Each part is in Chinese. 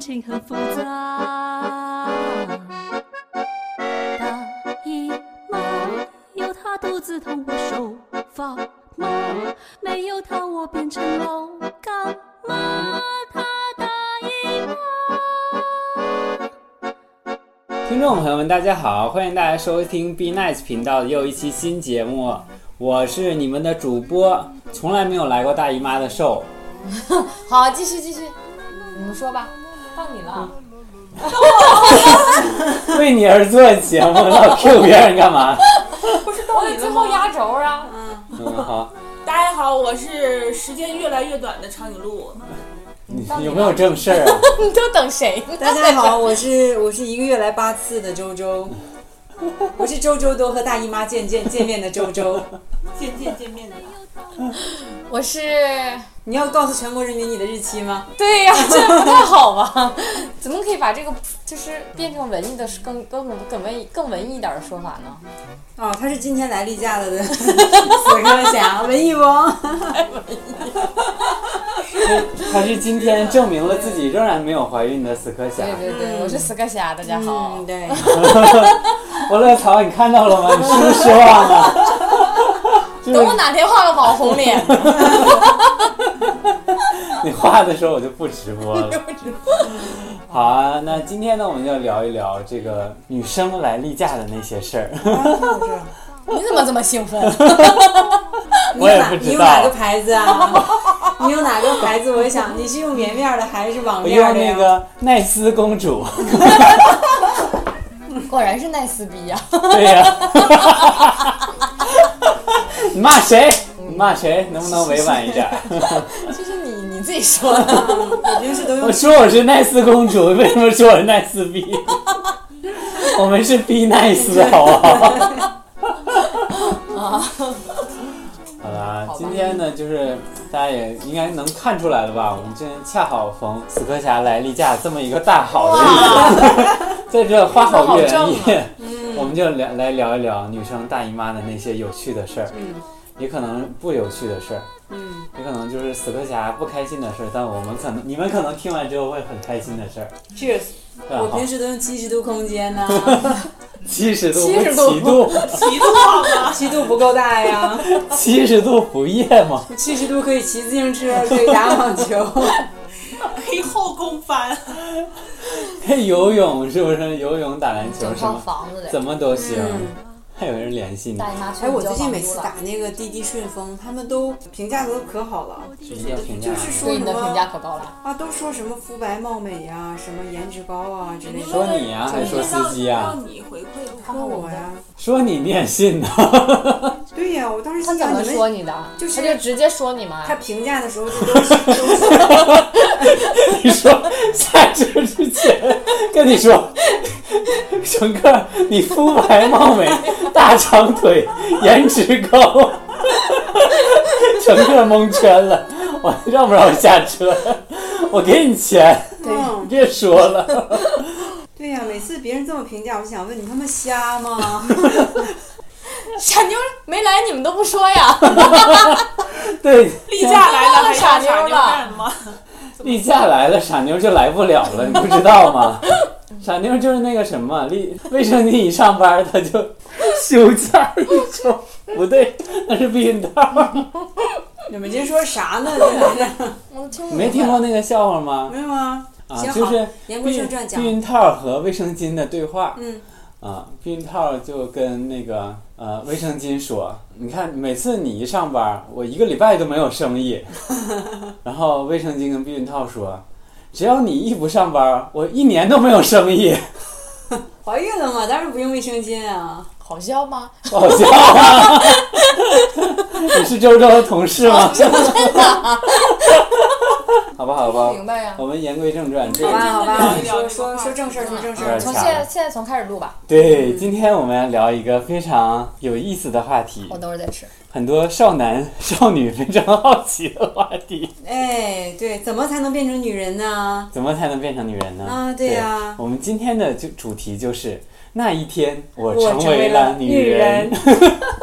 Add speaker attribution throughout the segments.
Speaker 1: 情很复杂。大姨妈有她肚子疼，我手发麻；没有她，我变成老干妈。她大姨妈。
Speaker 2: 听众朋友们，大家好，欢迎大家收听 B Nice 频道的又一期新节目，我是你们的主播，从来没有来过大姨妈的 瘦。
Speaker 3: 好，继续继续，你们说吧，到你了。
Speaker 4: 嗯
Speaker 2: 为你而做节 目，老 Q 别人干嘛？
Speaker 3: 我有最后压轴啊！
Speaker 2: 嗯，好，
Speaker 5: 大家好，我是时间越来越短的长颈鹿。
Speaker 2: 你有没有正事儿啊？
Speaker 3: 你都等谁呢？
Speaker 4: 大家好，我是我是一个月来八次的周周，我是周周都和大姨妈见见见面的周周。
Speaker 5: 见见见面的，
Speaker 3: 我 是
Speaker 4: 你要告诉全国人民你的日期吗？
Speaker 3: 对呀、这不太好 吧？怎么可以把这个就是变成文艺的更更更文艺更文艺一点的说法呢？
Speaker 4: 哦，他是今天来例假了的死磕侠文艺王。
Speaker 2: 还是今天证明了自己仍然没有怀孕的死磕侠
Speaker 3: 对？对对，我是死磕侠，大家好。
Speaker 4: 啊 嗯，对，
Speaker 2: 我乐草，你看到了 吗？你是不是失望了？就
Speaker 3: 等我
Speaker 2: 是
Speaker 3: 哪天画个网红 脸，
Speaker 2: 你画的时候，我就不直播了。好啊，那今天呢，我们就聊一聊这个女生来例假的那些事 儿。
Speaker 3: 你怎么这么兴 奋？
Speaker 4: 你
Speaker 2: 我
Speaker 4: 有
Speaker 2: 也
Speaker 4: 哪
Speaker 2: 不
Speaker 4: 你
Speaker 2: 知
Speaker 4: 有哪个
Speaker 2: 道，
Speaker 4: 牌子啊？ 你有哪个牌子？我想你是用棉面的还是网
Speaker 2: 我
Speaker 4: 面
Speaker 2: 用
Speaker 4: 的呀？
Speaker 2: 那个奈斯公 主。
Speaker 3: 果然是耐撕逼呀！
Speaker 2: 对呀、 你骂谁？你骂谁？能不能委婉一点？
Speaker 3: 这是你你自己说 的，
Speaker 4: 我平时都
Speaker 2: 我
Speaker 4: 用
Speaker 2: 说我是奈斯公主， 为什么说我是奈斯 B？我们是 B nice，好不好？好啦，今天呢，就是大家也应该能看出来了吧？我们今天恰好逢死磕侠来例假这么一个大好的日子， 在这花好月
Speaker 3: 好
Speaker 2: 圆
Speaker 3: 正
Speaker 2: 夜，我们就聊来聊一聊女生大姨妈的那些有趣的事儿，也可能不有趣的事儿。
Speaker 4: 嗯，
Speaker 2: 也可能就是死磕侠不开心的事儿，但我们可能你们可能听完之后会很开心的事儿。
Speaker 4: Cheers。
Speaker 2: 对
Speaker 4: 我
Speaker 2: 吧？
Speaker 4: 平时都用七十度空间呢，
Speaker 2: 七十度不
Speaker 3: 70度
Speaker 2: 七度，
Speaker 5: 极度好吗？
Speaker 4: 七度不够大呀，
Speaker 2: 七十度不夜 吗？
Speaker 4: 七十度可以骑自行车，可以打网球。
Speaker 5: 可以后空翻，
Speaker 2: 还游泳是不是？游泳、打篮球
Speaker 3: 整
Speaker 2: 什
Speaker 3: 套
Speaker 2: 么
Speaker 3: 房子得
Speaker 2: 怎么都行。
Speaker 4: 嗯
Speaker 2: 还有人联系你，
Speaker 3: 大姨妈去
Speaker 4: 哎，我最
Speaker 3: 嗯交
Speaker 4: 近
Speaker 3: 房
Speaker 4: 每
Speaker 3: 租
Speaker 4: 次
Speaker 3: 了
Speaker 4: 打那个滴滴顺风，他们都评价都可好了，
Speaker 2: 什么叫评价？
Speaker 4: 就是说
Speaker 3: 对
Speaker 4: 什
Speaker 3: 你的评价
Speaker 4: 么
Speaker 3: 可高了。
Speaker 4: 啊，都说什么肤白貌美呀、什么颜值高啊之类的。
Speaker 2: 说你呀、还说司机呀、啊
Speaker 5: 让让你回馈他
Speaker 4: 说我呀，
Speaker 2: 说你你也信呢？
Speaker 4: 对呀、我当时
Speaker 3: 他
Speaker 4: 心
Speaker 3: 怎
Speaker 4: 想
Speaker 3: 么
Speaker 4: 你
Speaker 3: 说
Speaker 4: 们，
Speaker 3: 你啊的？
Speaker 4: 就是
Speaker 3: 他就直接说你嘛。
Speaker 4: 他评价的时候就都 是都是
Speaker 2: 你说下车之前跟你说， 乘客你肤白貌美，大长腿，颜值高。 乘客蒙圈了，我让不让我下车？我给你钱，
Speaker 4: 嗯，
Speaker 2: 别说了。
Speaker 4: 对呀、每次别人这么评价，我就想问你他妈瞎吗？
Speaker 3: 傻妞没来，你们都不说呀？
Speaker 2: 对，
Speaker 5: 例假来了啊还
Speaker 3: 傻
Speaker 5: 傻
Speaker 3: 妞
Speaker 5: 傻
Speaker 3: 了
Speaker 5: 妞干吗？
Speaker 2: 例假来了，傻妞就来不了了，你不知道吗？傻妞就是那个什么，立卫生巾一上班，她就 休假一周，不对，那是避孕套。
Speaker 4: 你们这说啥呢？这在这
Speaker 3: 我 听
Speaker 2: 你没听过那个笑话吗？
Speaker 4: 没有吗？
Speaker 2: 啊，
Speaker 4: 行
Speaker 2: 就
Speaker 4: 好
Speaker 2: 是
Speaker 4: 言归
Speaker 2: 避
Speaker 4: 正
Speaker 2: 孕
Speaker 4: 传讲
Speaker 2: 避，孕套和卫生巾的对话。
Speaker 4: 嗯，
Speaker 2: 啊，避孕套就跟那个呃卫生巾说，你看每次你一上班，我一个礼拜都没有生 意。然后卫生巾跟避孕套说，只要你一不上班，我一年都没有生 意。
Speaker 4: 怀孕了嘛，当然不用卫生 巾啊。
Speaker 3: 好笑吗？
Speaker 2: 不好笑啊！ 你是周周的同事吗？
Speaker 4: 哦啊
Speaker 2: 好吧，好吧，
Speaker 3: 明白呀。
Speaker 2: 我们言归正传，这
Speaker 4: 好
Speaker 2: 个
Speaker 4: 吧，好吧，
Speaker 5: 真的
Speaker 4: 说说说正事儿，说正事
Speaker 2: 有点
Speaker 4: 儿。
Speaker 3: 啊从
Speaker 2: 强
Speaker 3: 现在现在从开始录吧，
Speaker 2: 对，今天我们要聊一个非常有意思的话题
Speaker 3: 我，等会儿再吃。
Speaker 2: 很多少男少女非常好奇的话题，
Speaker 4: 哎，对，怎么才能变成女人呢？
Speaker 2: 怎么才能变成女人呢？
Speaker 4: 啊对呀
Speaker 2: 我们今天的就主题就是那一天我
Speaker 4: 我
Speaker 2: 成
Speaker 4: 成
Speaker 2: 为
Speaker 4: 为
Speaker 2: 了
Speaker 4: 了
Speaker 2: 女哎
Speaker 4: 女人，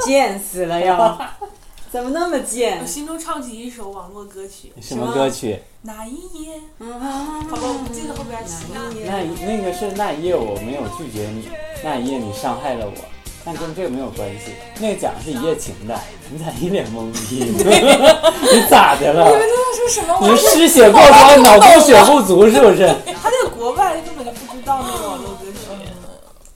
Speaker 4: 贱死了要。怎么那么
Speaker 5: 我
Speaker 4: 贱？
Speaker 5: 心中唱起一首网络歌曲，
Speaker 2: 什么歌曲？
Speaker 5: 哪一夜？
Speaker 4: 嗯
Speaker 5: 好吧，我不记得后边词了。
Speaker 2: 那那个是那一夜我没有拒绝你，那一夜你伤害了我，但跟这个没有关系。那个讲的是一夜情的，你咋一脸懵 逼？你咋的了？
Speaker 3: 那说什么？
Speaker 2: 你失血过高，脑供血不足是不是？
Speaker 5: 他在国外根本就不知道 那个网络歌曲，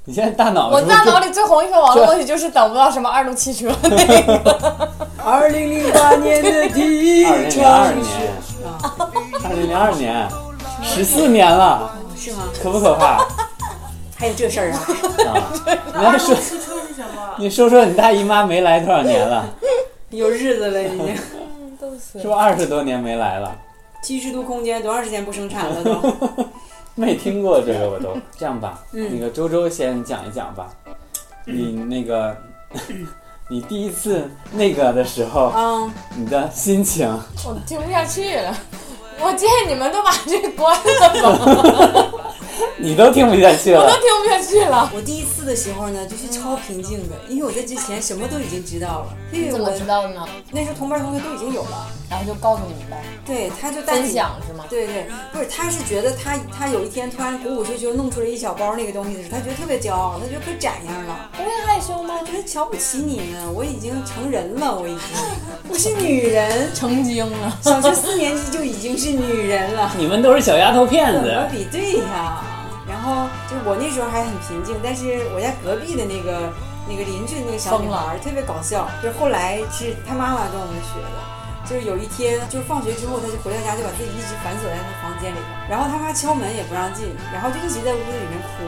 Speaker 2: 你现在大脑
Speaker 3: 我
Speaker 2: 是不是
Speaker 3: 大脑里最红一首网络歌曲就是等不到什么二路汽 车那个，
Speaker 4: 二零零八年的第一
Speaker 2: 二零零二
Speaker 4: 场
Speaker 2: 年，二零零二年，十四年了，
Speaker 4: 是吗？
Speaker 2: 可不可怕？
Speaker 4: 还有这事儿啊？
Speaker 2: 啊，你
Speaker 5: 哎
Speaker 2: 来说，
Speaker 5: 汽车是什么？
Speaker 2: 你说说你大姨妈没来多少年了？
Speaker 4: 有日子了，已 经
Speaker 3: 都是
Speaker 2: 是不是二十多年没来了？
Speaker 4: 七十度空间多长时间不生产了都？
Speaker 2: 没听过这个，我都这样吧。
Speaker 4: 嗯
Speaker 2: 那个周周先讲一讲吧。你那个， 你第一次那个的时候，
Speaker 4: 嗯，
Speaker 2: 你的心情，
Speaker 3: 我听不下去了。我建议你们都把这个关了吧，
Speaker 2: 你都听不下去
Speaker 3: 我
Speaker 2: 了
Speaker 3: 都。听不下去了。
Speaker 4: 我第一次的时候呢，就是超平静的，因为我在之前什么都已经知道了，因
Speaker 3: 你
Speaker 4: 为
Speaker 3: 怎么知
Speaker 4: 我
Speaker 3: 道的呢？
Speaker 4: 那时候同班同学都已经有了，
Speaker 3: 然后就告诉你们呗，
Speaker 4: 对，他就带
Speaker 3: 分
Speaker 4: 起
Speaker 3: 享是吗？
Speaker 4: 对对，不是，他是觉得他他有一天突然鼓鼓秋秋弄出来一小包那个东西的时候，他觉得特别骄傲，他觉得可展样了，
Speaker 3: 不会害羞吗
Speaker 4: 我？觉得瞧不起你们，我已经成人了，我已 经，我是女人，
Speaker 3: 成精了，
Speaker 4: 小学四年级就已经是女人了，
Speaker 2: 你们都是小丫头骗
Speaker 4: 怎么
Speaker 2: 子，
Speaker 4: 比对呀、然后就我那时候还很平静，但是我家隔壁的那个那个邻居那个小女
Speaker 3: 疯
Speaker 4: 孩
Speaker 3: 了
Speaker 4: 儿特别搞笑，就是后来是她妈妈跟我们学的。就是有一天，就是放学之后，她就回到家，就把自己一直反锁在她房间里边儿。然后她妈敲门也不让进，然后就一直在屋子里面哭。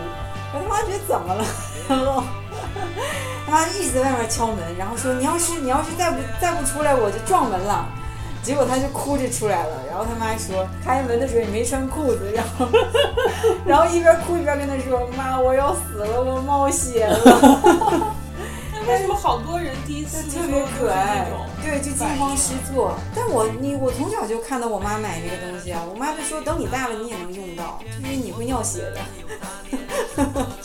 Speaker 4: 然后她妈觉得怎么了， 然后她妈一直在外面敲门，然后说你要是你要是再不再不出来，我就撞门了。结果她就哭着出来了，然后她妈说开门的时候也没穿裤子，然后 然后一边哭一边跟她说妈我要死了，我冒血了，
Speaker 5: 那为什么好多人第一次
Speaker 4: 特别可爱
Speaker 5: 那种，
Speaker 4: 对，就惊慌失措。但我你我从小就看到我妈买这个东西啊，我妈就说等你大了你也能用到，就是你会尿血的。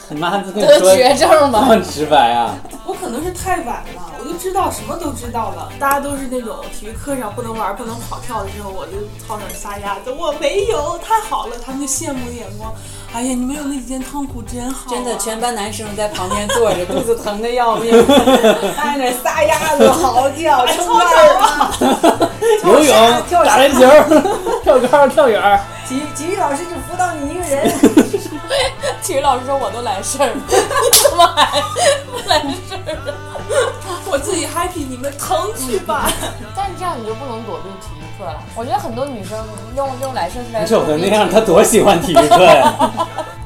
Speaker 2: 你妈跟你
Speaker 3: 得
Speaker 2: 说
Speaker 3: 绝症
Speaker 2: 这
Speaker 3: 吗？
Speaker 2: 么直白啊？
Speaker 5: 我可能是太晚了，我就知道什么都知道了。大家都是那种体育课上不能玩、不能跑跳的时候，我就操场撒丫子，我没有，太好了，他们就羡慕的眼光。哎呀，你没有那几天痛苦真好啊、
Speaker 4: 真的，全班男生在旁边坐 着，肚子疼的要 命，哎在那撒丫子嚎 叫，冲浪啊！
Speaker 2: 游泳、
Speaker 4: 跳
Speaker 2: 打篮
Speaker 4: 绳
Speaker 2: 球、 跳高、跳远儿，
Speaker 4: 体体育老师就辅导你一个人，
Speaker 3: 体育老师说我都来事儿， 你怎么还不来事儿啊？
Speaker 5: 我自己 happy，你们疼去吧。
Speaker 3: 但是这样你就不能躲避体育课了。我觉得很多女生用用来生是来
Speaker 2: 你瞅
Speaker 3: 躲
Speaker 2: 他
Speaker 3: 避
Speaker 2: 那 样，他多喜欢体育课 呀，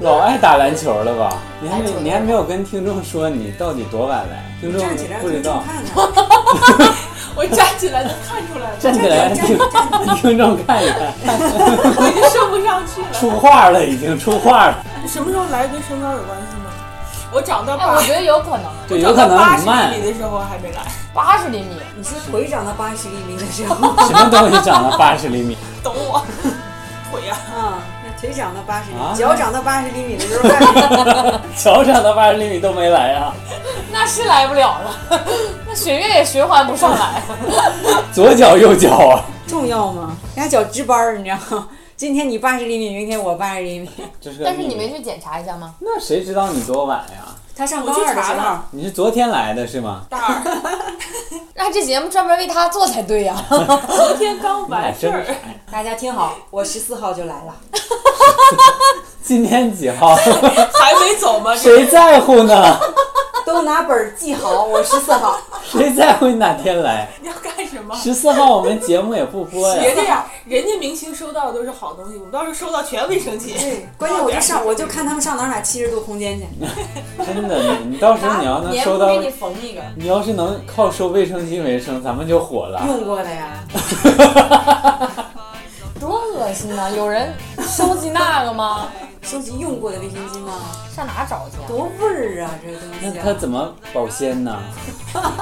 Speaker 2: 老爱打篮球了吧？你
Speaker 4: 哎
Speaker 2: 还没
Speaker 3: 篮球
Speaker 2: 你还没有跟听众说你到底多晚来，听众
Speaker 4: 站起来
Speaker 2: 不知
Speaker 4: 让听众
Speaker 2: 道。
Speaker 4: 看看。
Speaker 5: 我站起来能看出来了，
Speaker 2: 站起来，
Speaker 4: 站
Speaker 2: 听 听众看一看，
Speaker 5: 我已经升不上去 了。
Speaker 2: 出画了，已经出画了，
Speaker 5: 什么时候来跟身高有关系吗？我长到
Speaker 3: 哎，
Speaker 5: 八
Speaker 3: 我，觉得有可能
Speaker 2: 对，有
Speaker 5: 长
Speaker 2: 可
Speaker 5: 到
Speaker 2: 能
Speaker 5: 八
Speaker 2: 你
Speaker 5: 十
Speaker 2: 慢
Speaker 5: 厘，米的时候还没来，
Speaker 3: 八十厘米，
Speaker 4: 你说腿长到八十厘米的时 候，
Speaker 2: 什么东西长到八十厘米？
Speaker 5: 懂我。腿呀、
Speaker 4: 啊，那腿长到八十厘
Speaker 2: 啊
Speaker 4: 米，脚长到八十厘米的时候，外 面
Speaker 2: 脚长到八十厘米都没来啊！
Speaker 3: 那是来不了了， 那血液也循环不上来。
Speaker 2: 左脚右脚啊，
Speaker 4: 重要吗？人家脚值班儿，你知道吗？今天你八十厘米，明天我八十厘米。
Speaker 2: 这是个
Speaker 3: 但是你
Speaker 2: 秘密
Speaker 3: 没去检查一下吗？
Speaker 2: 那谁知道你多晚呀？
Speaker 4: 他上
Speaker 5: 我
Speaker 4: 高
Speaker 5: 去
Speaker 4: 二的
Speaker 5: 查
Speaker 4: 时候
Speaker 5: 了，
Speaker 2: 你是昨天来的是吗？
Speaker 5: 大二，
Speaker 3: 那这节目专门为他做才对呀、
Speaker 5: 昨天刚
Speaker 2: 哎，
Speaker 5: 完事
Speaker 2: 真
Speaker 5: 儿
Speaker 2: 是，，
Speaker 4: 大家听好，我十四号就来 了。
Speaker 2: 今天几号？
Speaker 5: 还没走吗？这
Speaker 2: 谁在乎呢？
Speaker 4: 都拿本儿记好，我十四 号。
Speaker 2: 谁在乎你哪天来？
Speaker 5: 你要干什么？
Speaker 2: 十四号我们节目也不播 呀。
Speaker 5: 别这样，人家明星收到的都是好东西，我们到时候收到全卫生巾。
Speaker 4: 对，关键我就 上，我就看他们上哪儿哪七十度空间去。
Speaker 2: 真的，你你到时候你要 能收到，
Speaker 3: 缝一个。
Speaker 2: 你要是能靠收卫生巾为生，咱们就火了。
Speaker 4: 用过的呀，
Speaker 3: 多恶心呐！有人收集那个吗？
Speaker 4: 收集用过的卫生巾吗？
Speaker 3: 上哪找去、啊？
Speaker 4: 多味儿啊，这个东
Speaker 2: 那
Speaker 4: 西、
Speaker 2: 它
Speaker 4: 啊。
Speaker 2: 怎么保鲜呢？
Speaker 3: 好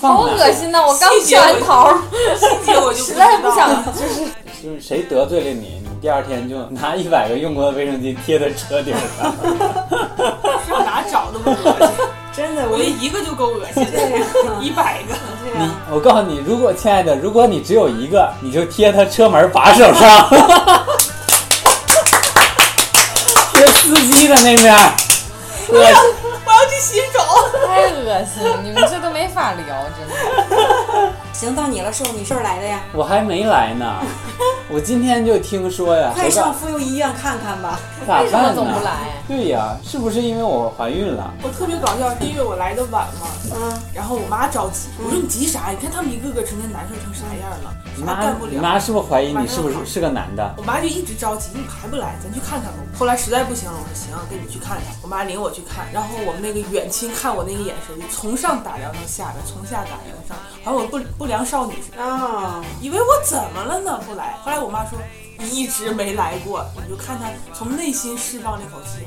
Speaker 2: 放哪
Speaker 3: 恶
Speaker 2: 儿？
Speaker 3: 心呐！我刚吃完桃，
Speaker 5: 细节我就
Speaker 3: 实
Speaker 5: 知
Speaker 3: 在
Speaker 5: 道
Speaker 3: 不
Speaker 5: 了
Speaker 3: 想，就是
Speaker 2: 就是谁得罪了你，你第二天就拿一百个用过的卫生巾贴在车顶上。
Speaker 5: 上哪找那么多去？
Speaker 4: 真的，
Speaker 5: 我
Speaker 4: 我
Speaker 5: 这
Speaker 4: 一
Speaker 5: 一个就够恶心
Speaker 4: 对 呀、
Speaker 5: 了，一百个。
Speaker 4: 对呀、
Speaker 2: 你，我告诉你，如果亲爱的，如果你只有一个，你就贴他车门把手上，贴司机的那面儿。恶心
Speaker 5: 我要去洗手。
Speaker 3: 太恶心了，你们这都没法聊，真的。
Speaker 4: 行，到你了，瘦，你事儿来的呀，
Speaker 2: 我还没来呢，我今天就听说呀，
Speaker 4: 快
Speaker 2: 我咋
Speaker 4: 上妇幼医院看看吧。
Speaker 2: 咋
Speaker 3: 为什么
Speaker 2: 办
Speaker 3: 总不
Speaker 2: 呢？
Speaker 3: 来？啊
Speaker 2: 对呀，是不是因为我怀孕了？
Speaker 5: 我特别搞笑，是因为我来的晚嘛，
Speaker 4: 嗯，
Speaker 5: 然后我妈着急，我说你急啥？你看他们一个个成天难受成啥样了，
Speaker 2: 你
Speaker 5: 啥
Speaker 2: 妈
Speaker 5: 啊干不，
Speaker 2: 你
Speaker 5: 了。
Speaker 2: 妈是不是怀疑
Speaker 5: 晚
Speaker 2: 你
Speaker 5: 上
Speaker 2: 是不是
Speaker 5: 好
Speaker 2: 是个男的？
Speaker 5: 我妈就一直着急，你还不来，咱去看看吧。后来实在不行了，我说行，跟你去看看。我妈领我去看，然后我们那个远亲看我那个眼神，就从上打量到下边，从下打量上，好像我不不良少女似的。
Speaker 4: 啊、
Speaker 5: 以为我怎么了呢？不来。后来我妈说你一直没来过，我就看她从内心释放那口气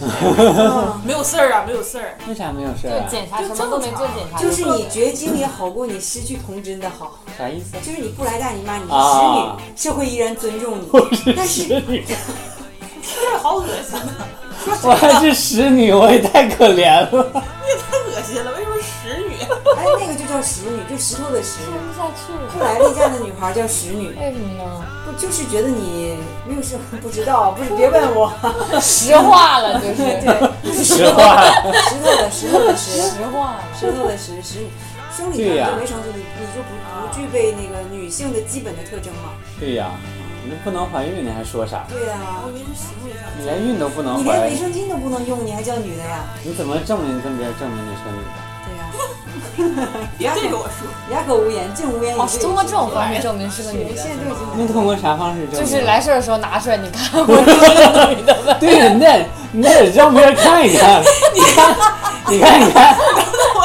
Speaker 5: 啊，没有事儿啊，没有事儿。
Speaker 2: 为啥没有事儿
Speaker 3: 就
Speaker 2: 啊？
Speaker 3: 检查什么都没做，检查
Speaker 4: 就是你绝经也好过你失去童真的好，
Speaker 2: 啥意思？
Speaker 4: 就是你不来大姨妈，你是
Speaker 2: 啊
Speaker 4: 使女，社会依然尊重 你。但是
Speaker 2: 使女，
Speaker 5: 这好恶心啊！
Speaker 2: 我还是使女，我也太可怜了。
Speaker 5: 你也太恶心了，为什么使女？
Speaker 4: 哎，那个就叫石女，就石头的石。
Speaker 3: 看不下去
Speaker 4: 后
Speaker 3: 了。
Speaker 4: 来例假的女孩叫石女，
Speaker 3: 为什么呢？
Speaker 4: 不就是觉得你没有什么不知道，不是别问我。
Speaker 3: 实话 了，就是
Speaker 2: 实话，
Speaker 4: 石头的石头的石，
Speaker 3: 实话了。
Speaker 4: 石头的石石女，生理
Speaker 2: 对呀
Speaker 3: 嗯
Speaker 4: 上就没成熟，你你就不不具备那个女性的基本的特征嘛？
Speaker 2: 对呀，你不能怀孕，你还说啥？
Speaker 4: 对呀、
Speaker 5: 我以为是行为上。
Speaker 2: 你连孕都不能
Speaker 4: 你连
Speaker 2: 怀
Speaker 4: 卫，生巾都不能用，你还叫女的呀？
Speaker 2: 你怎么证明跟别人证明你是个女的？
Speaker 4: 对呀、
Speaker 3: 哦
Speaker 5: 别对着我说，
Speaker 4: 哑口无言，竟无言以对。
Speaker 3: 哦，是通过这种方式嗯证明是个女的
Speaker 4: 现，在就已经
Speaker 2: 那通过啥方式证明？
Speaker 3: 就是来事儿的时候拿出来，你看我 是个女的吧？
Speaker 2: 对，你得你得让别人看一 看，你看，你看，你看，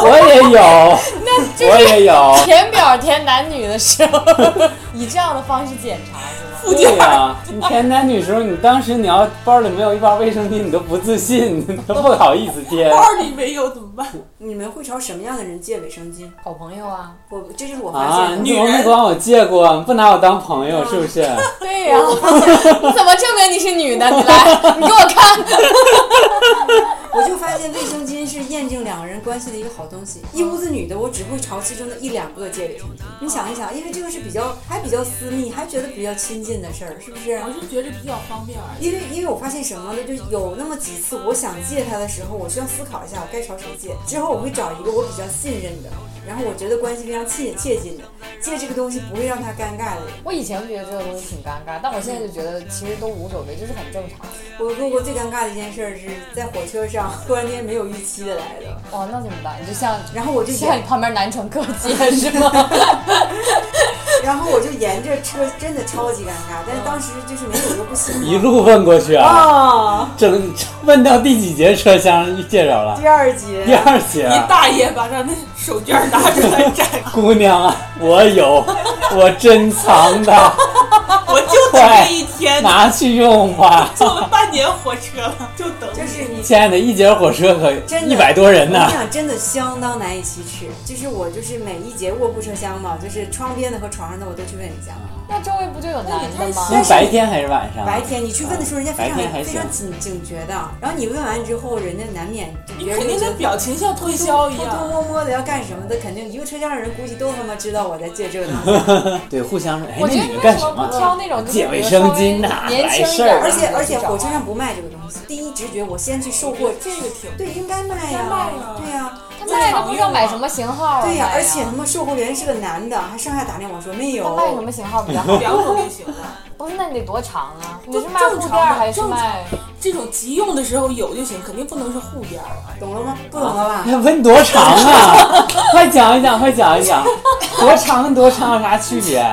Speaker 2: 我也有，
Speaker 3: 那
Speaker 2: 我
Speaker 3: 这是
Speaker 2: 也有，
Speaker 3: 填表填男女的时候， 以这样的方式检查是吗？
Speaker 2: 对呀、你填男女时候，你当时你要包里没有一包卫生巾，你都不自信， 你都不好意思贴。
Speaker 5: 包里没有怎么办？
Speaker 4: 你们会朝什么样的人借卫生巾？
Speaker 3: 好朋友啊，
Speaker 4: 我这就是我发
Speaker 2: 啊！
Speaker 4: 现
Speaker 2: 你
Speaker 4: 的。
Speaker 2: 怎么没管我借过？你不拿我当朋友是不 是？
Speaker 3: 对呀、你怎么证明你是女的？你来，你给我看。
Speaker 4: 我就发现卫生巾是验证两个人关系的一个好东西。一屋子女的，我只会朝其中的一两个借卫生巾。你想一想，因为这个是比较还比较私密，还觉得比较亲近的事儿，是不是？
Speaker 5: 我是觉得比较方便而已。
Speaker 4: 因为因为我发现什么呢？就有那么几次，我想借他的时候，我需要思考一下我该朝谁借。之后我会找一个我比较信任的，然后我觉得关系非常切切近的，借这个东西不会让他尴尬的。
Speaker 3: 我以前就觉得这个东西挺尴尬，但我现在就觉得其实都无所谓，就是很正常。
Speaker 4: 我做过最尴尬的一件事儿是在火车上，突然间没有预期的来了，
Speaker 3: 哦，那怎么办？你就像
Speaker 4: 然后我就
Speaker 3: 就像
Speaker 4: 沿
Speaker 3: 你，旁边男 乘客接是吗？
Speaker 4: 然后我就沿着车，真的超级尴尬。但是当时就是没有一个不行
Speaker 2: 一路问过去啊，
Speaker 4: 啊，
Speaker 2: 整问到第几节车厢介绍了？
Speaker 4: 第二
Speaker 2: 第
Speaker 4: 节，
Speaker 2: 二节。啊
Speaker 5: 一大爷把他那手绢拿出来摘，
Speaker 2: 姑娘啊，我有，我珍藏 的，
Speaker 5: 我就等这一天，
Speaker 2: 拿去用吧。
Speaker 5: 坐了半年火车了，就等
Speaker 4: 就
Speaker 5: 你。
Speaker 4: 是你
Speaker 2: 亲爱的，一节火车可
Speaker 4: 真的
Speaker 2: 一百多人
Speaker 4: 我
Speaker 2: 呢
Speaker 4: 跟你。讲，真的相当难以启齿。就是我就是每一节卧铺车厢嘛，就是窗边的和床上的我都去问一下。
Speaker 3: 那周围不就有男的吗？
Speaker 2: 那白天还是晚上？
Speaker 4: 白天你去问的时候，人家非
Speaker 2: 啊白天还
Speaker 4: 常非
Speaker 2: 行
Speaker 4: 常警警觉的。然后你问完之后，人家难免就
Speaker 5: 你
Speaker 4: 别人
Speaker 5: 肯定
Speaker 4: 就觉
Speaker 5: 那
Speaker 4: 得
Speaker 5: 表情像推销一
Speaker 4: 偷偷
Speaker 5: 样。
Speaker 4: 摸摸的要干什么的，肯定一个车厢的人估计都他妈知道我在借这个东西。
Speaker 2: 对，互相说，哎，
Speaker 3: 我
Speaker 2: 那
Speaker 3: 觉得
Speaker 2: 女
Speaker 3: 你
Speaker 2: 的
Speaker 3: 为
Speaker 2: 干
Speaker 3: 什
Speaker 2: 什
Speaker 3: 么不挑
Speaker 2: 么？
Speaker 3: 那种就是
Speaker 2: 借
Speaker 3: 比
Speaker 2: 卫
Speaker 3: 如稍
Speaker 2: 生
Speaker 3: 微
Speaker 2: 巾呐，
Speaker 3: 年
Speaker 2: 来
Speaker 3: 轻一
Speaker 2: 事
Speaker 3: 点
Speaker 2: 儿
Speaker 3: 的
Speaker 4: 而且而且
Speaker 3: 去找
Speaker 4: 火车
Speaker 3: 啊
Speaker 4: 上不卖这个东西。第一直觉我先去售货，
Speaker 5: 这个挺
Speaker 4: 对应该卖呀，
Speaker 5: 应该卖呀
Speaker 4: 对呀，
Speaker 3: 他卖的不知道买什么型号啊。
Speaker 4: 对呀
Speaker 3: 卖。
Speaker 4: 而且他妈售货员是个男的，还上下打量我说
Speaker 3: 他
Speaker 4: 没
Speaker 3: 卖什
Speaker 4: 有。
Speaker 3: 么型号比较好？
Speaker 5: 两种就行了。
Speaker 3: 不是，那你得多长啊？你
Speaker 5: 就是
Speaker 3: 卖护
Speaker 5: 正
Speaker 3: 垫儿
Speaker 5: 常
Speaker 3: 还是
Speaker 5: 正常
Speaker 3: 卖？
Speaker 5: 这种急用的时候有就行，肯定不能是护边儿啊。
Speaker 4: 懂了吗？不懂了吧？
Speaker 2: 哎问多长啊？ 快讲一讲，快讲一讲，多长跟多长有啥区别？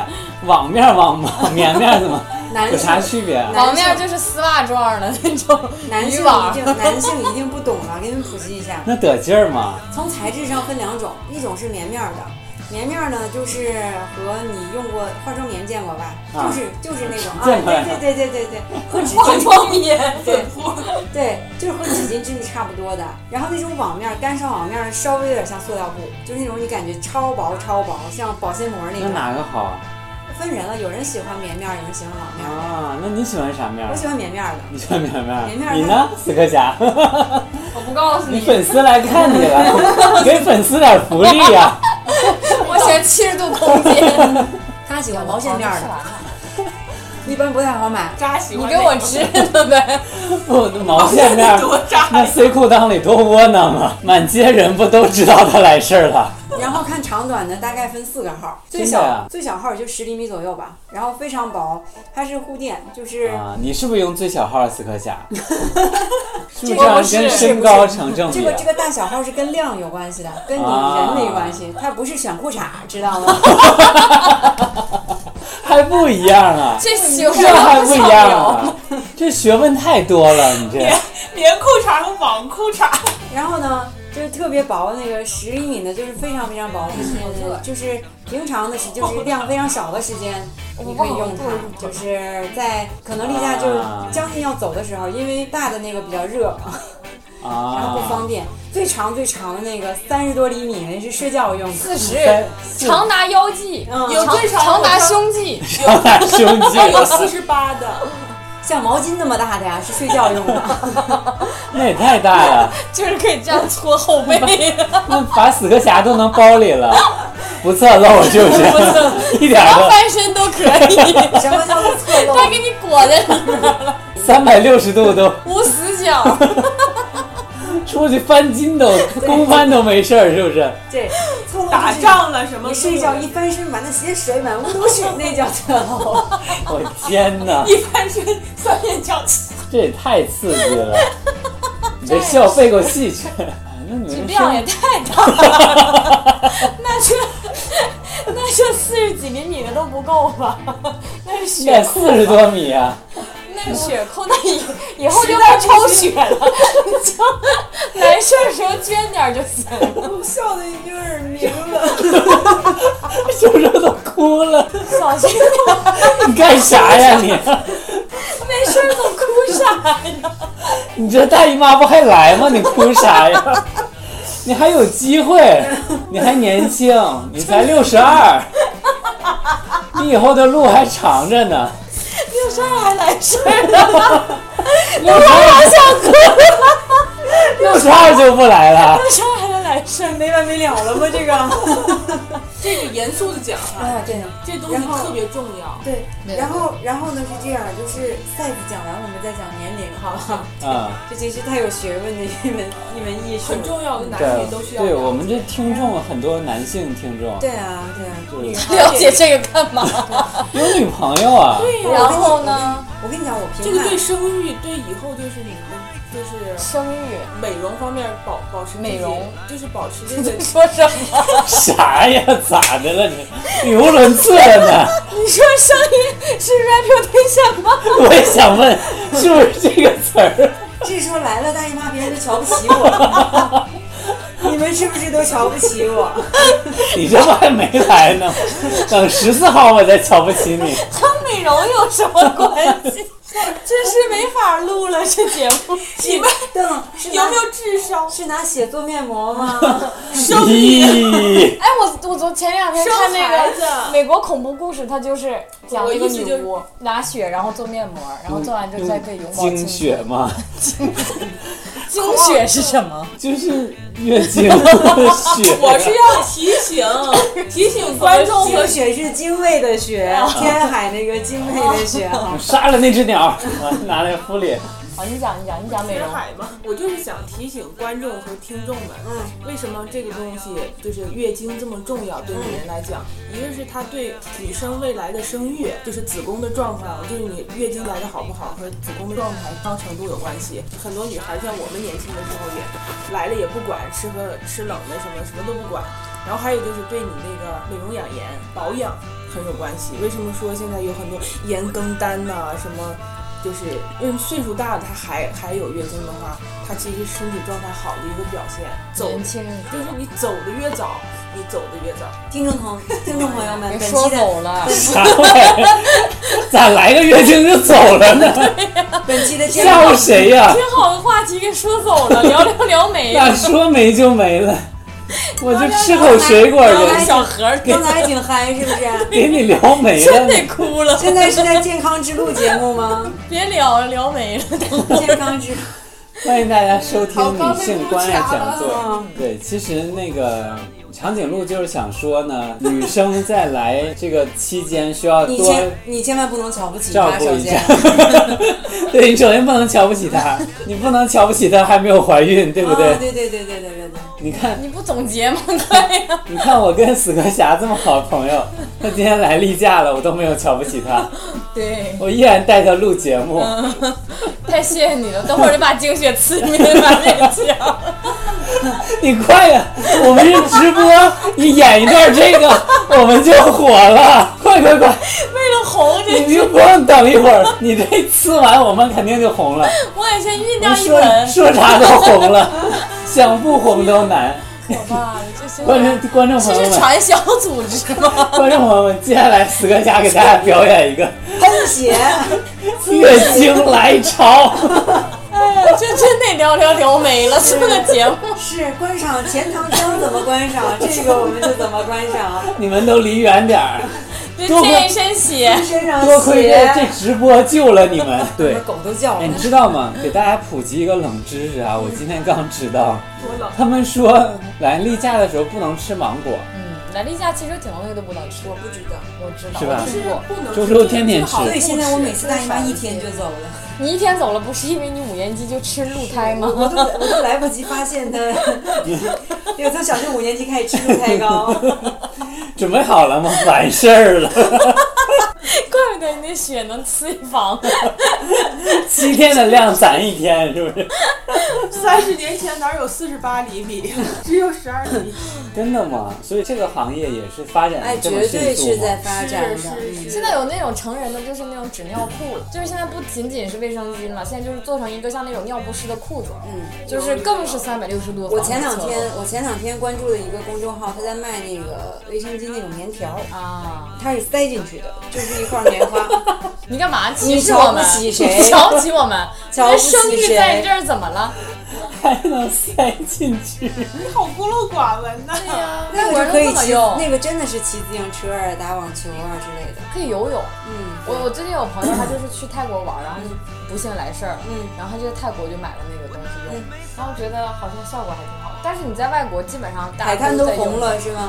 Speaker 2: 网面儿 网网棉面儿怎么
Speaker 4: 男
Speaker 2: 有
Speaker 4: 性
Speaker 2: 啥区别？
Speaker 4: 男
Speaker 3: 旁边就是丝袜状的那 种
Speaker 4: 男
Speaker 3: 渔
Speaker 4: 性
Speaker 3: 网
Speaker 4: 一。定男性一定不懂了，给你们普及一下。
Speaker 2: 那得劲儿吗？
Speaker 4: 从材质上分两种，一种是棉面儿的，棉面儿呢就是和你用过化妆棉见过吧，
Speaker 2: 啊
Speaker 4: 就是就是那种啊，
Speaker 2: 见过呀
Speaker 4: 对对对对对对，和纸
Speaker 3: 化
Speaker 4: 巾
Speaker 3: 妆棉，
Speaker 4: 对对，就是和纸巾质地差不多的。然后那种网面儿干烧网面儿稍微有点像塑料布，就是那种你感觉超薄超薄，像保鲜膜那
Speaker 2: 那
Speaker 4: 种。
Speaker 2: 哪个好？
Speaker 4: 分人了，有人喜欢绵面儿，有人喜欢网
Speaker 3: 嗯
Speaker 4: 面儿。
Speaker 2: 啊，那你喜欢啥面儿
Speaker 4: 我？喜欢绵面儿的，
Speaker 2: 你喜欢绵面儿
Speaker 4: 绵面？儿
Speaker 2: 你呢，死磕侠？
Speaker 3: 我不告诉
Speaker 2: 你
Speaker 3: 你，
Speaker 2: 粉丝来看你 了，给粉丝点福利啊呀、
Speaker 3: 我喜欢七十度空间，
Speaker 4: 他喜欢毛线面儿
Speaker 3: 是
Speaker 4: 的，
Speaker 3: 吧
Speaker 4: 一般不太好买。
Speaker 5: 扎喜
Speaker 3: 你
Speaker 5: 欢
Speaker 3: 给我支 的呗。
Speaker 2: 不， 毛线面
Speaker 5: 哪
Speaker 2: 儿
Speaker 5: 个多扎
Speaker 2: 那 C 裤裆里多窝囊啊！满街人不都知道他来事儿了？
Speaker 4: 然后看长短的大概分四个号，最
Speaker 2: 真的
Speaker 4: 小、
Speaker 2: 呀
Speaker 4: 最小号也就十厘米左右吧，然后非常薄，它是护垫，就是、
Speaker 2: 啊，你是不是用最小号死磕侠？是不是
Speaker 3: 这
Speaker 2: 这
Speaker 3: 个
Speaker 2: 样
Speaker 3: 不是
Speaker 2: 跟身高成正
Speaker 4: 这
Speaker 2: 比
Speaker 4: 个
Speaker 2: 啊
Speaker 4: 这？个大小号是跟量有关系的，跟你
Speaker 2: 啊
Speaker 4: 人没关系，它不是选裤衩，知道吗？
Speaker 2: 还不一样啊？
Speaker 3: 这喜欢
Speaker 2: 这还不一样
Speaker 3: 了。
Speaker 2: 啊？ 这学问太多了，你这
Speaker 5: 棉裤衩和网裤衩，
Speaker 4: 然后呢，就是特别薄的那个十厘米的，就是非常非常薄，就是就是平常的时，就是量非常少的时间，你可以用它。就是在可能例假就
Speaker 2: 啊
Speaker 4: 将近要走的时候，因为大的那个比较热，然后不
Speaker 2: 啊
Speaker 4: 方，便。最长最长的那个三十多厘米的是睡觉用的，
Speaker 3: 四十
Speaker 2: 三，
Speaker 3: 长达腰 际，
Speaker 4: 嗯
Speaker 5: 有
Speaker 3: 长
Speaker 5: 最长
Speaker 3: 长达
Speaker 5: 我穿
Speaker 3: 胸际，
Speaker 2: 长大胸肌
Speaker 5: 还， 哦有四十八的，
Speaker 4: 像毛巾那么大的呀，是睡觉用的。
Speaker 2: 那也太大了，
Speaker 3: 就是可以这样搓后背。
Speaker 2: 那把死磕侠都能包里了，不侧漏是不是？ 一点儿
Speaker 3: 然
Speaker 2: 都
Speaker 3: 后翻身都可以，
Speaker 4: 什么叫做侧漏？
Speaker 3: 他给你裹在里面，
Speaker 2: 三百六十度都
Speaker 3: 无死角。
Speaker 2: 出去翻筋斗、公翻都没事儿，是不 是？
Speaker 4: 对，侧漏
Speaker 5: 打
Speaker 4: 仗。
Speaker 5: 仗了什么？
Speaker 4: 你睡觉一翻身，把那鞋甩满屋都是，那叫侧漏。
Speaker 2: 我天哪，
Speaker 5: 一翻身，三面交起。
Speaker 2: 这也太刺激 了！你这笑费过戏去，那你们
Speaker 3: 量也
Speaker 2: 身
Speaker 3: 太大了，那就那就四十几厘米的都不够吧？那是
Speaker 2: 也
Speaker 3: 血裤，
Speaker 2: 四十多米啊！
Speaker 3: 那是血裤，那以以后就不抽血 了，就来事儿时候捐点儿就行了。
Speaker 5: 我笑的有点明了。
Speaker 2: 小时候都哭了，
Speaker 3: 小心点，
Speaker 2: 你干啥呀你？
Speaker 3: 没事儿总哭啥呀？
Speaker 2: 你这大姨妈不还来吗？你哭啥呀？你还有机会，你还年轻，你才六十二，你以后的路还长着呢。
Speaker 3: 有事儿还来事儿，
Speaker 2: 六十二想哭，六十二就不来了。
Speaker 3: 有事儿还能来事儿。
Speaker 4: 没完没了了吗？这个。
Speaker 5: 这个严肃的讲啊，
Speaker 4: 啊，真的。
Speaker 5: 这东西特别重要。
Speaker 4: 对，然后然后呢是这样，就是 size 讲完，我们再讲年龄，好不好？
Speaker 2: 啊、
Speaker 4: 这真是太有学问的一门一门艺术。
Speaker 5: 很重要的男
Speaker 2: 对
Speaker 5: 女都需，要。
Speaker 2: 对我们这听众很多男性听众，
Speaker 4: 对啊，对啊。
Speaker 2: 就是
Speaker 3: 了解这个干嘛？
Speaker 2: 有女朋友啊，
Speaker 3: 然后呢，
Speaker 4: 我跟你讲，我
Speaker 5: 这
Speaker 4: 评
Speaker 5: 个
Speaker 4: 判
Speaker 5: 对生育，对以后就是你的就是
Speaker 3: 生育。
Speaker 5: 美容方面保保持自己
Speaker 3: 美容，
Speaker 5: 就是保 持这个。
Speaker 3: 说什么？
Speaker 2: 啥呀？咋的了你？语无伦次了呢？
Speaker 3: 你说生育是 reputation 吗？
Speaker 2: 我也想问，是不是这个词儿？
Speaker 4: 这时候来了大姨妈，别人就瞧不起我。你们是不是都瞧不起我？
Speaker 2: 你这不还没来呢？等十四号我再瞧不起你。
Speaker 3: 跟美容有什么关系？这是没法录了，这节目。
Speaker 4: 你们等等是拿
Speaker 5: 有没有智商？
Speaker 4: 是拿血做面膜吗？
Speaker 2: 咦，
Speaker 3: 哎，我我昨前两天看
Speaker 5: 生孩
Speaker 3: 那
Speaker 5: 子
Speaker 3: 个美国恐怖故事，它就是嗯讲那个
Speaker 5: 我意思就
Speaker 3: 女
Speaker 5: 是
Speaker 3: 巫拿血，然后做面膜，然后做完之后再可以用毛
Speaker 2: 经
Speaker 3: 巾。
Speaker 2: 血吗？
Speaker 3: 经血是什么？
Speaker 2: 就是月经的血。
Speaker 5: 我是要提 醒提醒观众和
Speaker 4: 经血是精卫的血，天海那个精卫的血哈。
Speaker 2: 杀了那只鸟，拿来敷脸。
Speaker 3: 好，你讲，你讲，你讲美容
Speaker 5: 人。海嗯嘛，我就是想提醒观众和听众们，为什么这个东西就是月经这么重要？对女人来讲，一个是它对女生未来的生育，就是子宫的状况，就是你月经来的好不好和子宫的状态高程度有关系。很多女孩像我们年轻的时候也来了也不管，吃喝吃冷的什么什么都不管。然后还有就是对你那个美容养颜保养很有关系。为什么说现在有很多盐更丹呐、什么？就是因为岁数大了，她还还有月经的话，她其实身体状态好的一个表现。走
Speaker 3: 年轻人
Speaker 5: 就是你走的越早，你走的越早。
Speaker 4: 听众朋听众朋友们，
Speaker 3: 别
Speaker 4: 本
Speaker 3: 说
Speaker 4: 期的
Speaker 3: 走了，
Speaker 2: 啥玩意儿？咋来个月经就走了呢？
Speaker 4: 本期的节目
Speaker 2: 笑谁呀、
Speaker 3: 挺好的话题给说走了，聊聊聊美。
Speaker 2: 咋说没就没了？我就吃口水果
Speaker 4: 刚才
Speaker 2: 人，
Speaker 3: 小盒儿
Speaker 4: 刚才还挺嗨，是不 是？
Speaker 2: 给你聊没了
Speaker 3: 真。得哭了，
Speaker 4: 现在是在健康之路节目吗？
Speaker 3: 别聊了，聊没了。
Speaker 4: 健康之路，
Speaker 2: 欢迎大家收听女性关爱讲座
Speaker 4: 嗯。
Speaker 2: 对，其实那个长颈鹿就是想说呢， 女生在来这个期间需要
Speaker 4: 你
Speaker 2: 多
Speaker 4: 千你千万不能瞧不起
Speaker 2: 照
Speaker 4: 他，
Speaker 2: 顾
Speaker 4: 首
Speaker 2: 一下
Speaker 4: 先。。
Speaker 3: 啊
Speaker 2: 对你首先不能瞧不起她，你不能瞧不起她还没有怀孕，对不
Speaker 3: 哦
Speaker 2: 对
Speaker 4: 啊？对对对对对对对。
Speaker 2: 你看，
Speaker 3: 你不总结吗？对呀、
Speaker 2: 你看我跟死磕侠这么好的朋友，他今天来例假了，我都没有瞧不起他，
Speaker 3: 对，
Speaker 2: 我依然带他录节目。
Speaker 3: 太谢谢你了。等会儿得把精血刺里面把这个讲。
Speaker 2: 你快呀！我们是直播，你演一段这个，我们就火了。快快快！
Speaker 3: 为了红这
Speaker 2: 你就不用等一会儿，你这刺完我们肯定就红了。
Speaker 3: 我也先酝
Speaker 2: 你
Speaker 3: 酿一
Speaker 2: 说
Speaker 3: 本。
Speaker 2: 说啥都红了，想不红都难。
Speaker 3: 可怕，这是
Speaker 2: 观众观众
Speaker 3: 这
Speaker 2: 朋友
Speaker 3: 是
Speaker 2: 们，
Speaker 3: 传销组织吗？
Speaker 2: 观众朋友们，接下来死磕侠给大家表演一个
Speaker 4: 喷血，
Speaker 2: 月经来潮。
Speaker 3: 哎呀，这真得聊聊聊没 了，这个节目。
Speaker 4: 是观赏钱塘江怎么 观赏，这个我们就怎么观赏。
Speaker 2: 你们都离远点儿，
Speaker 3: 这
Speaker 2: 多亏
Speaker 3: 溅一身血，
Speaker 4: 身上
Speaker 2: 多亏
Speaker 4: 血
Speaker 2: 这这直播救了你们。对
Speaker 4: 那，狗都叫
Speaker 2: 哎，
Speaker 4: 了
Speaker 2: 你。知道吗？给大家普及一个冷知识啊，我今天刚知道，
Speaker 5: 多冷，
Speaker 2: 他们说来例假的时候不能吃芒果，
Speaker 3: 嗯，来例假其实有挺多东西都不能吃，我不知道，我知道，
Speaker 2: 是吧
Speaker 3: 我吃过。
Speaker 5: 不能
Speaker 2: 周周天天吃
Speaker 5: 最好
Speaker 4: 所以现在我每次大姨妈
Speaker 5: 最少
Speaker 4: 一天就走 了，
Speaker 3: 你一天走了，不是因为你五年级就吃鹿胎吗？
Speaker 4: 我都我都来不及发现 它。因为从小学五年级开始吃鹿 胎糕，
Speaker 2: 准备好了吗？完事儿了。
Speaker 3: 怪不得你那血能刺一房。
Speaker 2: 七天的量攒一天，是不是？
Speaker 5: 三十年前哪有四十八厘米， 只有十二厘米。
Speaker 2: 真的吗？所以这个行业也是发展
Speaker 4: 哎，
Speaker 2: 的这么
Speaker 4: 绝
Speaker 2: 迅
Speaker 4: 对
Speaker 2: 速
Speaker 4: 是
Speaker 2: 吗？
Speaker 4: 在发展的。
Speaker 5: 是是
Speaker 4: 嗯
Speaker 5: 是
Speaker 3: 现在有那种成人的，就是那种纸尿裤了，就是现在不仅仅是卫生巾了，现在就是做成一个像那种尿不湿的裤子，
Speaker 4: 嗯，
Speaker 3: 就是更是三百六十度。
Speaker 4: 我前两天我前两天关注了一个公众号，他在卖那个卫生巾那种棉条，
Speaker 3: 啊，
Speaker 4: 它是塞进去的，就是一块棉花。
Speaker 3: 你干嘛歧视
Speaker 4: 你瞧
Speaker 3: 我们？
Speaker 4: 不起谁
Speaker 3: 你瞧不起我们？
Speaker 4: 瞧不起
Speaker 3: 这生育在
Speaker 4: 谁
Speaker 3: 你这儿怎么 了？
Speaker 2: 还能塞进去？
Speaker 5: 你好孤陋寡闻 呐、
Speaker 3: 对哎呀，
Speaker 4: 那
Speaker 3: 外国人
Speaker 4: 个就可
Speaker 3: 都
Speaker 4: 以
Speaker 3: 这么
Speaker 4: 骑，
Speaker 3: 用，
Speaker 4: 那个真的是骑自行车啊、打网球啊之类的。
Speaker 3: 可以游泳。
Speaker 4: 嗯，
Speaker 3: 我我最近有朋友，他就是去泰国玩，然后就不幸来事儿，
Speaker 4: 嗯
Speaker 3: 然后他就在泰国就买了那个东西用
Speaker 4: 嗯，
Speaker 3: 然后觉得好像效果还挺好。但是你在外国基本上大
Speaker 4: 海
Speaker 3: 家
Speaker 4: 滩
Speaker 3: 都
Speaker 4: 都
Speaker 3: 在用
Speaker 4: 红，了是吗？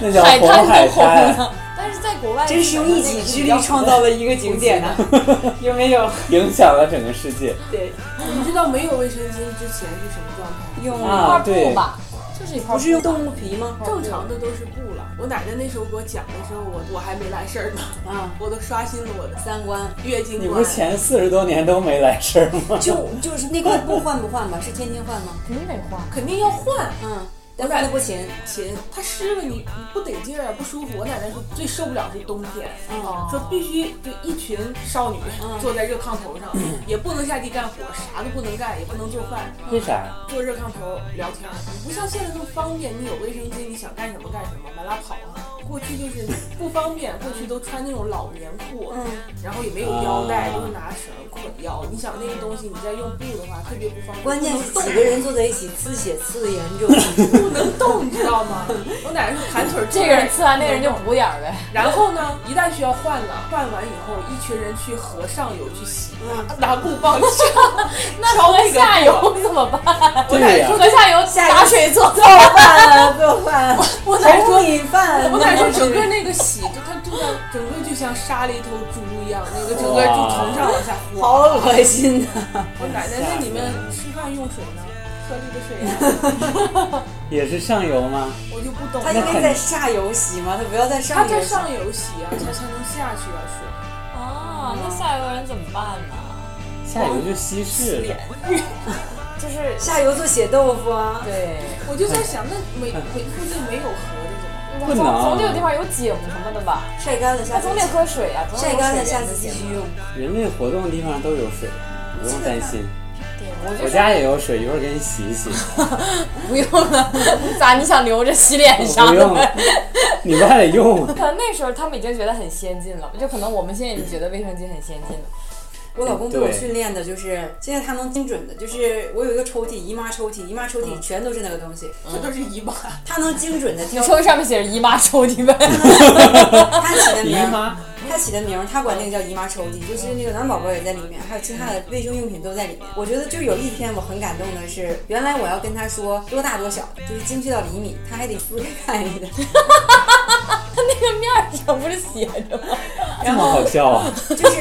Speaker 2: 那叫
Speaker 3: 海
Speaker 2: 红海
Speaker 3: 滩都红
Speaker 2: 滩，
Speaker 3: 了。但是在国外
Speaker 4: 真是用一己之力创
Speaker 3: 造。
Speaker 4: 造了一个景点啊呢，有没有？
Speaker 2: 影响了整个世界
Speaker 5: 对，你知道没有卫生巾之前是什么状态？
Speaker 4: 用
Speaker 3: 一
Speaker 2: 啊！
Speaker 3: 块布
Speaker 2: 对，
Speaker 3: 吧，就是一块
Speaker 4: 不
Speaker 3: 布，
Speaker 4: 是用动物皮吗？
Speaker 5: 正常的都是布了。我奶奶那时候给我讲的时候，我我还没来事儿呢，
Speaker 4: 啊，
Speaker 5: 我都刷新了我的
Speaker 4: 三 观
Speaker 5: 月经
Speaker 2: 你不
Speaker 5: 观
Speaker 2: 是。前四十多年都没来事儿吗？
Speaker 4: 就就是那块布换不换吧？是天天换吗？
Speaker 3: 肯定得换。
Speaker 5: 肯定要换
Speaker 4: 嗯，但换的不勤。
Speaker 5: 勤，它湿了你你不得劲儿，不舒服。我奶奶说最受不了是冬天，
Speaker 4: 嗯，
Speaker 5: 说必须就一群少女
Speaker 4: 嗯
Speaker 5: 坐在热炕头上，也不能下地干活，啥都不能干，也不能做饭，
Speaker 2: 为啥？
Speaker 5: 坐热炕头聊天儿。你不像现在那么方便，你有卫生巾，你想干什么干什么，完拉跑啊。过去就是不方便，过去都穿那种老棉裤，
Speaker 4: 嗯
Speaker 5: 然后也没有腰
Speaker 2: 啊
Speaker 5: 带，都是拿绳捆腰。你想那个东西，你再用布的话，特别不方便。
Speaker 4: 关键是
Speaker 5: 不能
Speaker 4: 几
Speaker 5: 动
Speaker 4: 个人坐在一起，呲血呲的严 重。
Speaker 5: 不能动，你知道吗？我奶奶说盘腿儿坐
Speaker 3: 这
Speaker 5: 那儿，
Speaker 3: 个人刺完，那个人就补点儿呗。
Speaker 5: 然后呢，一旦需要换了，换完以后，一群人去河上游去洗，
Speaker 4: 嗯
Speaker 5: 拿布棒敲，
Speaker 3: 那
Speaker 5: 敲
Speaker 3: 河
Speaker 5: 那个
Speaker 3: 下
Speaker 5: 布
Speaker 3: 游怎么办？
Speaker 5: 我
Speaker 2: 对
Speaker 5: 奶
Speaker 2: 呀
Speaker 5: 奶说，
Speaker 3: 河下游打水做
Speaker 4: 做饭，做饭，
Speaker 5: 我奶奶
Speaker 4: 红
Speaker 5: 说。
Speaker 4: 米饭。
Speaker 5: 我奶奶 说，整个那个洗，就它 就像整个就像杀了一头猪一样，那个整个就从上往下
Speaker 4: 好
Speaker 5: 滑。
Speaker 4: 恶心呐！
Speaker 5: 我奶奶，那你们吃饭用水呢？喝这个水 呢？
Speaker 2: 也是上游吗？
Speaker 5: 我就不懂
Speaker 4: 他应该
Speaker 5: 了。
Speaker 4: 在下游洗吗？他不要在
Speaker 5: 他
Speaker 4: 上
Speaker 5: 在
Speaker 4: 游洗。
Speaker 5: 上游洗啊，他才能下去啊水。
Speaker 3: 啊，那下游人怎么办呢？
Speaker 2: 下游就稀释了。
Speaker 3: 就是
Speaker 4: 下游做血豆腐啊。
Speaker 3: 对，
Speaker 5: 我就在想，那没没附近没有河的怎么办？
Speaker 2: 不能
Speaker 3: 总总得有地方有井什么的吧？
Speaker 4: 晒干了，下
Speaker 3: 那
Speaker 4: 次
Speaker 3: 总得喝水啊，总得
Speaker 4: 晒
Speaker 3: 有
Speaker 4: 干了，
Speaker 3: 水
Speaker 4: 下
Speaker 3: 源
Speaker 4: 次
Speaker 3: 才
Speaker 4: 继
Speaker 3: 行
Speaker 4: 续用。
Speaker 2: 人类活动的地方都有水，不用担心。
Speaker 3: 对，我就
Speaker 2: 我
Speaker 3: 说
Speaker 2: 家也有水，一会儿给你洗一洗。
Speaker 3: 不用了， 咋你想留着洗脸上
Speaker 2: 不用
Speaker 3: 的？，
Speaker 2: 你们还得用。啊
Speaker 3: 可能那时候他们已经觉得很先进了，就可能我们现在已经觉得卫生巾很先进了。
Speaker 4: 我老公给我
Speaker 2: 对
Speaker 4: 训练的就是，现在他能精准的，就是我有一个抽屉，姨妈抽屉，姨妈抽屉全都是那个东西，
Speaker 5: 这都是姨妈，
Speaker 4: 他能精准的
Speaker 3: 你
Speaker 4: 挑。
Speaker 3: 抽屉上面写着姨妈抽屉呗，
Speaker 4: 他起的
Speaker 2: 姨
Speaker 4: 名
Speaker 3: 啊
Speaker 4: 儿，
Speaker 2: 妈
Speaker 4: 他起的名儿，他管那个叫姨妈抽屉，就是那个暖宝宝也在里面，还有其他的卫生用品都在里面。我觉得就有一天我很感动的是，原来我要跟他说多大多小，就是精确到厘米，他还得撕开看一下。
Speaker 3: 那个面儿上不是写着吗？
Speaker 2: 这么好笑啊，
Speaker 4: 就是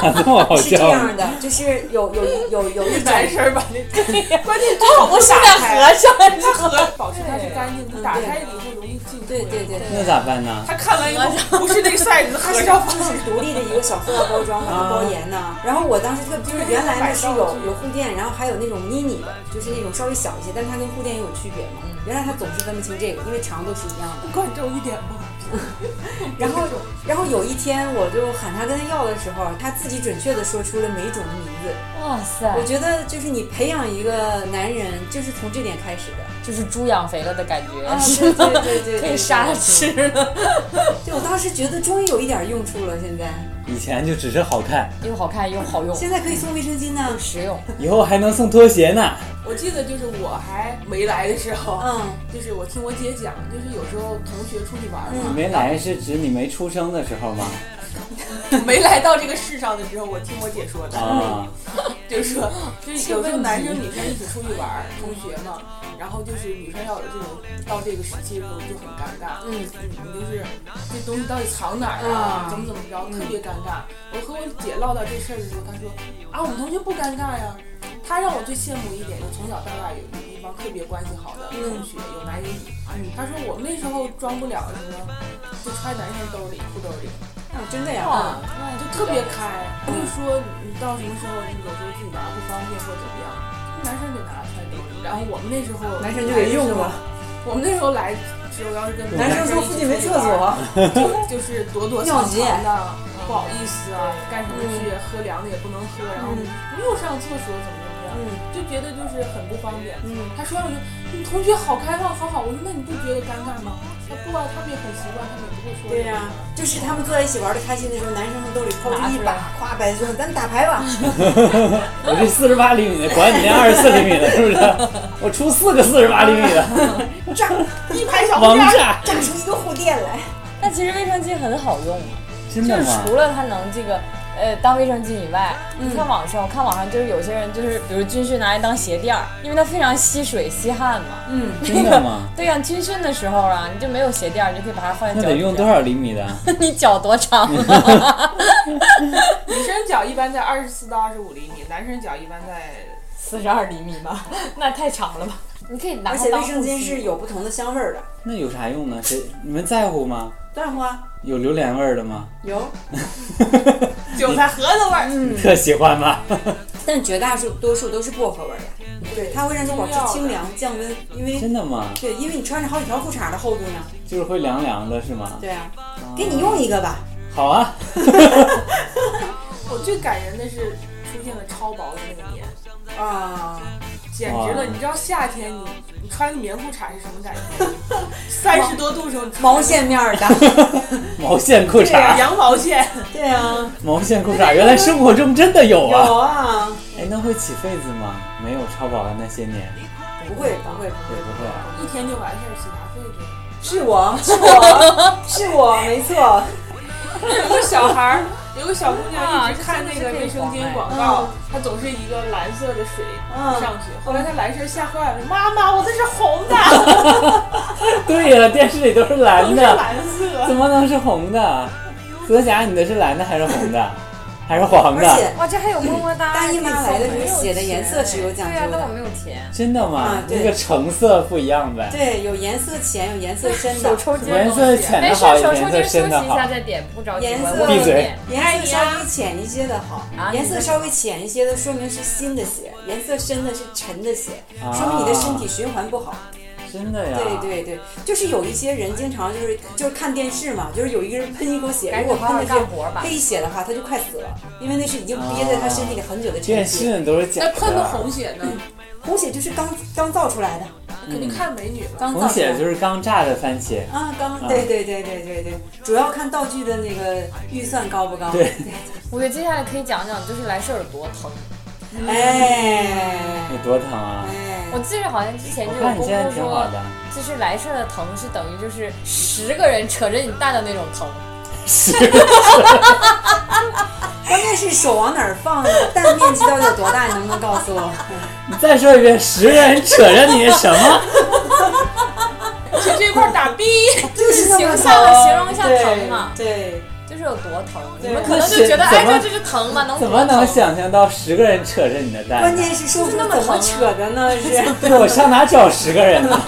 Speaker 2: 咋这么好
Speaker 4: 是这
Speaker 2: 笑啊？
Speaker 4: 样的，就是有有有有有一种
Speaker 5: 男生把那，
Speaker 3: 哦
Speaker 5: 关键最好不打
Speaker 3: 合
Speaker 5: 开，
Speaker 3: 上
Speaker 5: 它盒保持它是干净，的，打开以后容易进
Speaker 4: 对对对对。
Speaker 2: 那咋办呢？
Speaker 5: 他看完以后不是那个 size 的
Speaker 4: 它
Speaker 5: 合
Speaker 4: 是
Speaker 5: 上
Speaker 4: 它
Speaker 5: 放
Speaker 4: 是独立的一个小塑料包装，然后包盐呢。
Speaker 3: 啊
Speaker 4: 然后我当时特就是原来那是有有护垫，然后还有那种 mini 的，就是那种稍微小一些，但是它跟护垫也有区别
Speaker 3: 嗯
Speaker 4: 嘛。原来他总是分不清这个，因为长度是一样的。
Speaker 5: 观众一点不
Speaker 4: 然后然后有一天我就喊他跟他要的时候，他自己准确的说出了每种的名字。
Speaker 3: 哇塞
Speaker 4: 我，觉得就是你培养一个男人，就是从这点开始的。
Speaker 3: 就是猪养肥了的感觉，
Speaker 4: 啊
Speaker 3: 是吗？
Speaker 4: 对对对对对
Speaker 3: 嗯 可以杀吃了，
Speaker 4: 就我当时觉得终于有一点用处了，现在
Speaker 2: 以前就只是好看，
Speaker 3: 又好看又好用，
Speaker 4: 现在可以送卫生巾呢。
Speaker 3: 实用。
Speaker 2: 以后还能送拖鞋呢。
Speaker 5: 我记得就是我还没来的时候，
Speaker 4: 嗯，
Speaker 5: 就是我听我姐讲，就是有时候同学出去玩儿
Speaker 3: 嗯
Speaker 2: 你
Speaker 5: 嘛，
Speaker 2: 没来是指你没出生的时候吗？
Speaker 4: 嗯
Speaker 5: 没来到这个世上的时候，我听我姐说
Speaker 3: 嗯
Speaker 5: 的，
Speaker 2: 啊，
Speaker 5: 就是 说，就是有时候男生女生一起出去玩儿，同学嘛，然后就是女生要有这种到这个时期的时候就很尴尬，
Speaker 4: 嗯，
Speaker 5: 你就是这东西到底藏哪儿啊，
Speaker 4: 啊
Speaker 5: 怎么怎么着，特别尴尬。我和我姐唠到这事儿的时候，她说啊，我们同学不尴尬呀。她让我最羡慕一点，就从小到大有一帮特别关系好的同学，有男有女。她说我们那时候装不了什么，就揣男生兜里、裤兜里。
Speaker 4: 啊，真的呀。
Speaker 3: 哇，
Speaker 5: 就特别开，他就说你到什么时候你有时候自己玩不方便或怎么样，男生就拿揣兜里。然后我们那时候
Speaker 4: 男生就给用过，
Speaker 5: 我们那时候来时候要是跟
Speaker 4: 男生说附近没厕所，
Speaker 5: 就是躲躲
Speaker 4: 尿
Speaker 5: 藏
Speaker 4: 急
Speaker 5: 藏的，不好意思啊，干什么去
Speaker 4: 嗯
Speaker 5: 喝凉的也不能喝，然后没有上厕所怎么怎么样，
Speaker 4: 嗯
Speaker 5: 就觉得就是很不方便。
Speaker 4: 嗯。
Speaker 5: 他说我说你同学好开放，好好。我说那你不觉得尴尬吗？他说不啊，他们也很习惯，他们也不会说。
Speaker 4: 对呀、就是他们坐在一起玩的开心的时候，男生从兜里掏
Speaker 3: 拿
Speaker 4: 出一
Speaker 3: 出
Speaker 4: 把
Speaker 3: 来，
Speaker 4: 夸白说：“咱打牌 吧。
Speaker 2: 我这四十八厘米的，管你那二十四厘米的，是不是？我出四个四十八厘米 的，
Speaker 4: 炸
Speaker 5: 一排小
Speaker 2: 王
Speaker 5: 红架，
Speaker 2: 炸，
Speaker 4: 炸出一个护垫 来。
Speaker 3: 但其实卫生巾很好用啊，
Speaker 2: 真
Speaker 3: 就
Speaker 2: 的
Speaker 3: 是
Speaker 2: 吗？
Speaker 3: 除了它能这个。呃，当卫生巾以外，你看网上，我看网上就是有些人就是，比如军训拿来当鞋垫儿，因为它非常吸水吸汗嘛。
Speaker 4: 嗯，
Speaker 2: 真的 吗？
Speaker 3: 对呀、你军训的时候啊，你就没有鞋垫儿，你就可以把它放在
Speaker 2: 那
Speaker 3: 脚
Speaker 2: 得
Speaker 3: 底
Speaker 2: 用多
Speaker 3: 下。
Speaker 2: 少厘米的？啊
Speaker 3: 你脚多 长啊？
Speaker 5: 女生脚一般在二十四到二十五厘米，男生脚一般在
Speaker 3: 四十二厘米吧， 那太长了吧？你可以拿
Speaker 4: 而
Speaker 3: 它
Speaker 4: 且
Speaker 3: 当
Speaker 4: 卫生
Speaker 3: 护
Speaker 4: 巾
Speaker 3: 膝
Speaker 4: 是有不同的香味儿的。
Speaker 2: 那有啥用呢？谁你们在乎吗？
Speaker 4: 断啊花
Speaker 2: 有榴莲味儿的吗？
Speaker 4: 有，
Speaker 5: 韭菜盒子味儿。
Speaker 2: 你
Speaker 4: 嗯
Speaker 2: 特喜欢 吗？
Speaker 4: 但绝大数多数都是薄荷味儿的。对，它会让你保持清凉降温，因为
Speaker 2: 真的吗？
Speaker 4: 对，因为你穿着好几条裤衩的厚度呢。
Speaker 2: 就是会凉凉的，是吗？
Speaker 4: 对啊，给你用一个吧。
Speaker 2: 好啊，
Speaker 5: 我最感人的是出现了超薄的那一年，
Speaker 4: 啊，
Speaker 5: 简直
Speaker 2: 哇
Speaker 5: 了！你知道夏天你你穿个棉裤衩是什么感觉吗？三十多度的时候，你穿
Speaker 4: 毛线面儿 的。
Speaker 2: 毛线裤
Speaker 5: 对呀，
Speaker 2: 衩，
Speaker 5: 羊毛线，
Speaker 4: 对啊，
Speaker 2: 毛线裤衩，原来生活中真的有
Speaker 4: 有
Speaker 2: 啊！
Speaker 4: 啊，
Speaker 2: 哎，那会起痱子吗？没有超薄的那些年
Speaker 4: 不会不会，
Speaker 2: 也不会啊。
Speaker 5: 一天就完事儿，洗啥费劲？
Speaker 4: 是我是 我是我，没错。
Speaker 5: 有个小孩儿，有个小姑娘一直
Speaker 3: 啊
Speaker 5: 看那个卫生巾广
Speaker 4: 啊
Speaker 5: 告，她总是一个蓝色的水
Speaker 4: 嗯
Speaker 5: 上去，后来她来事儿吓坏了，妈妈，我的是红的，
Speaker 2: 对呀、电视里都是
Speaker 5: 不
Speaker 2: 蓝
Speaker 5: 是
Speaker 2: 的，
Speaker 5: 蓝色。
Speaker 2: 怎么能是红的？泽霞，你的是蓝的还是红的？还是黄
Speaker 4: 而且
Speaker 2: 的？
Speaker 3: 哇，这还有么么哒！
Speaker 4: 大姨妈来的时
Speaker 3: 没有
Speaker 4: 候写的
Speaker 3: 填
Speaker 4: 颜色是有讲究的
Speaker 3: 对呀、但我没有填。
Speaker 2: 真的吗？
Speaker 4: 啊对
Speaker 2: 那个橙色不一样呗。
Speaker 4: 对，有颜色浅，有颜色深的
Speaker 3: 手。抽筋儿
Speaker 2: 颜色浅
Speaker 3: 没
Speaker 2: 的
Speaker 3: 事
Speaker 2: 好，，
Speaker 3: 手
Speaker 2: 有
Speaker 3: 抽
Speaker 2: 颜
Speaker 3: 筋
Speaker 2: 色
Speaker 3: 儿休息
Speaker 2: 深的
Speaker 3: 一
Speaker 2: 好
Speaker 3: 下。再点，不着急。
Speaker 4: 颜色
Speaker 3: 我
Speaker 2: 闭嘴
Speaker 3: 点
Speaker 4: 颜色稍微浅一些的好
Speaker 3: 啊，
Speaker 4: 颜色稍微浅一些的说明是新的血，颜色深的是沉的血，
Speaker 2: 啊
Speaker 4: 说明你的身体循环不好。
Speaker 2: 真的呀？
Speaker 4: 对对对，就是有一些人经常就是就是看电视嘛，就是有一个人喷一口血，
Speaker 3: 赶
Speaker 4: 如
Speaker 3: 紧好
Speaker 4: 果
Speaker 3: 好
Speaker 4: 喷的
Speaker 3: 干
Speaker 4: 是
Speaker 3: 活吧
Speaker 4: 黑血的话，他就快死了，因为那是已经憋在他身体里很久的
Speaker 2: 电
Speaker 4: 陈血。
Speaker 2: 视都是假
Speaker 5: 那
Speaker 2: 的。
Speaker 5: 喷的红血呢？
Speaker 4: 红血就是刚刚造出来的，
Speaker 5: 肯定看美女了。
Speaker 4: 刚
Speaker 2: 红
Speaker 4: 造出
Speaker 2: 血
Speaker 4: 来
Speaker 2: 就是刚榨的番茄，
Speaker 4: 啊，刚对对对对对对，主要看道具的那个预算高不高。
Speaker 2: 对，
Speaker 3: 我觉得接下来可以讲讲，就是来事儿有多疼。
Speaker 4: 哎
Speaker 2: 你多疼啊！
Speaker 4: 哎，
Speaker 3: 我记着好像之前就
Speaker 2: 我
Speaker 3: 有
Speaker 2: 看
Speaker 3: 公
Speaker 2: 你现在
Speaker 3: 布
Speaker 2: 挺好
Speaker 3: 说，
Speaker 2: 的，
Speaker 3: 就是来事儿的疼是等于就是十个人扯着你蛋的那种疼。
Speaker 2: 是
Speaker 4: 关键是手往哪儿放， 蛋面积到底有多大？你能不能告诉我？
Speaker 2: 你再说一遍，十人扯着你什 么？
Speaker 3: 就这块打 B，
Speaker 4: 就是那么
Speaker 3: 形
Speaker 4: 疼
Speaker 3: 象的形容一下疼嘛，
Speaker 4: 哎对，
Speaker 3: 就是有多疼。
Speaker 4: 对
Speaker 3: 你们可能就觉得，
Speaker 2: 那是
Speaker 3: 哎，
Speaker 2: 怎么
Speaker 3: 这就是疼嘛，能
Speaker 2: 怎么能
Speaker 3: 多疼？
Speaker 2: 想象到十个人扯着你的蛋
Speaker 4: 关
Speaker 2: 呢？
Speaker 4: 键是说不出怎么扯的呢，哎是。
Speaker 2: 对，我上哪找十个人呢？